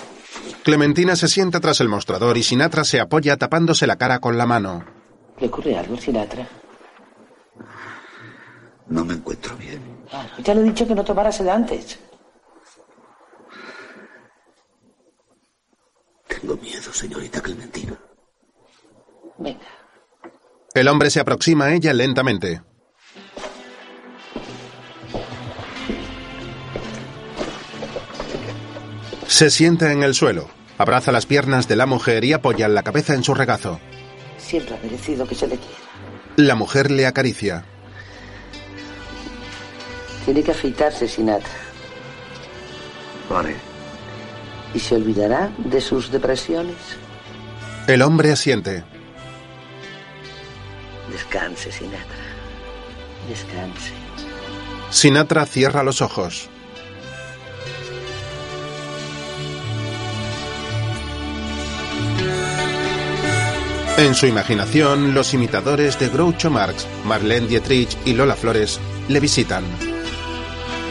S5: Clementina se sienta tras el mostrador y Sinatra se apoya tapándose la cara con la mano.
S19: ¿Le ocurre algo, Sinatra?
S6: No me encuentro bien.
S19: Ah, ya le he dicho que no tomaras el antes.
S6: Tengo miedo, señorita Clementina.
S19: Venga.
S5: El hombre se aproxima a ella lentamente. Se sienta en el suelo, abraza las piernas de la mujer y apoya la cabeza en su regazo.
S19: Siempre ha merecido que se le quiera.
S5: La mujer le acaricia.
S19: Tiene que afeitarse, Sinatra.
S6: Vale.
S19: Y se olvidará de sus depresiones.
S5: El hombre asiente.
S19: Descanse, Sinatra. Descanse.
S5: Sinatra cierra los ojos. En su imaginación, los imitadores de Groucho Marx, Marlene Dietrich y Lola Flores le visitan.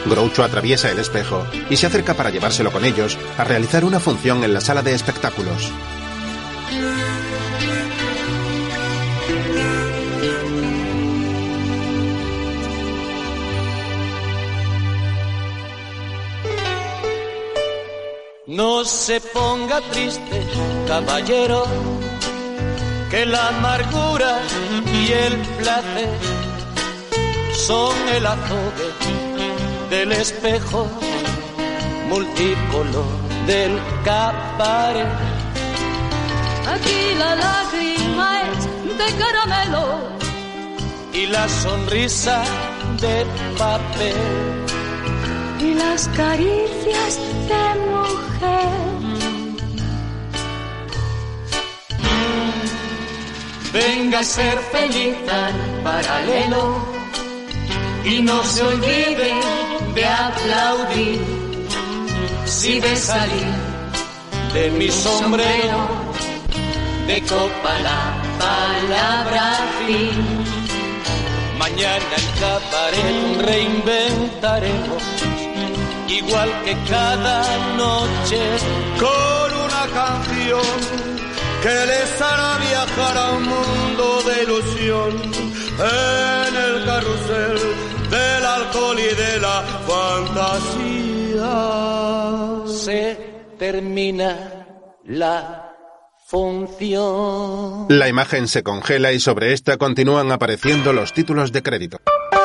S5: Groucho atraviesa el espejo y se acerca para llevárselo con ellos a realizar una función en la sala de espectáculos.
S1: No se ponga triste, caballero, que la amargura y el placer son el azogue del espejo multicolor del cabaret.
S15: Aquí la lágrima es de caramelo.
S1: Y la sonrisa de papel.
S15: Y las caricias de mujer.
S1: Venga a ser feliz tan paralelo y no se olvide de aplaudir si ve salir de mi sombrero de copa la palabra fin. Mañana en cabaret reinventaremos igual que cada noche con una canción que les hará viajar a un mundo de ilusión en el carrusel del alcohol y de la fantasía. Se termina la función.
S5: La imagen se congela y sobre esta continúan apareciendo los títulos de crédito.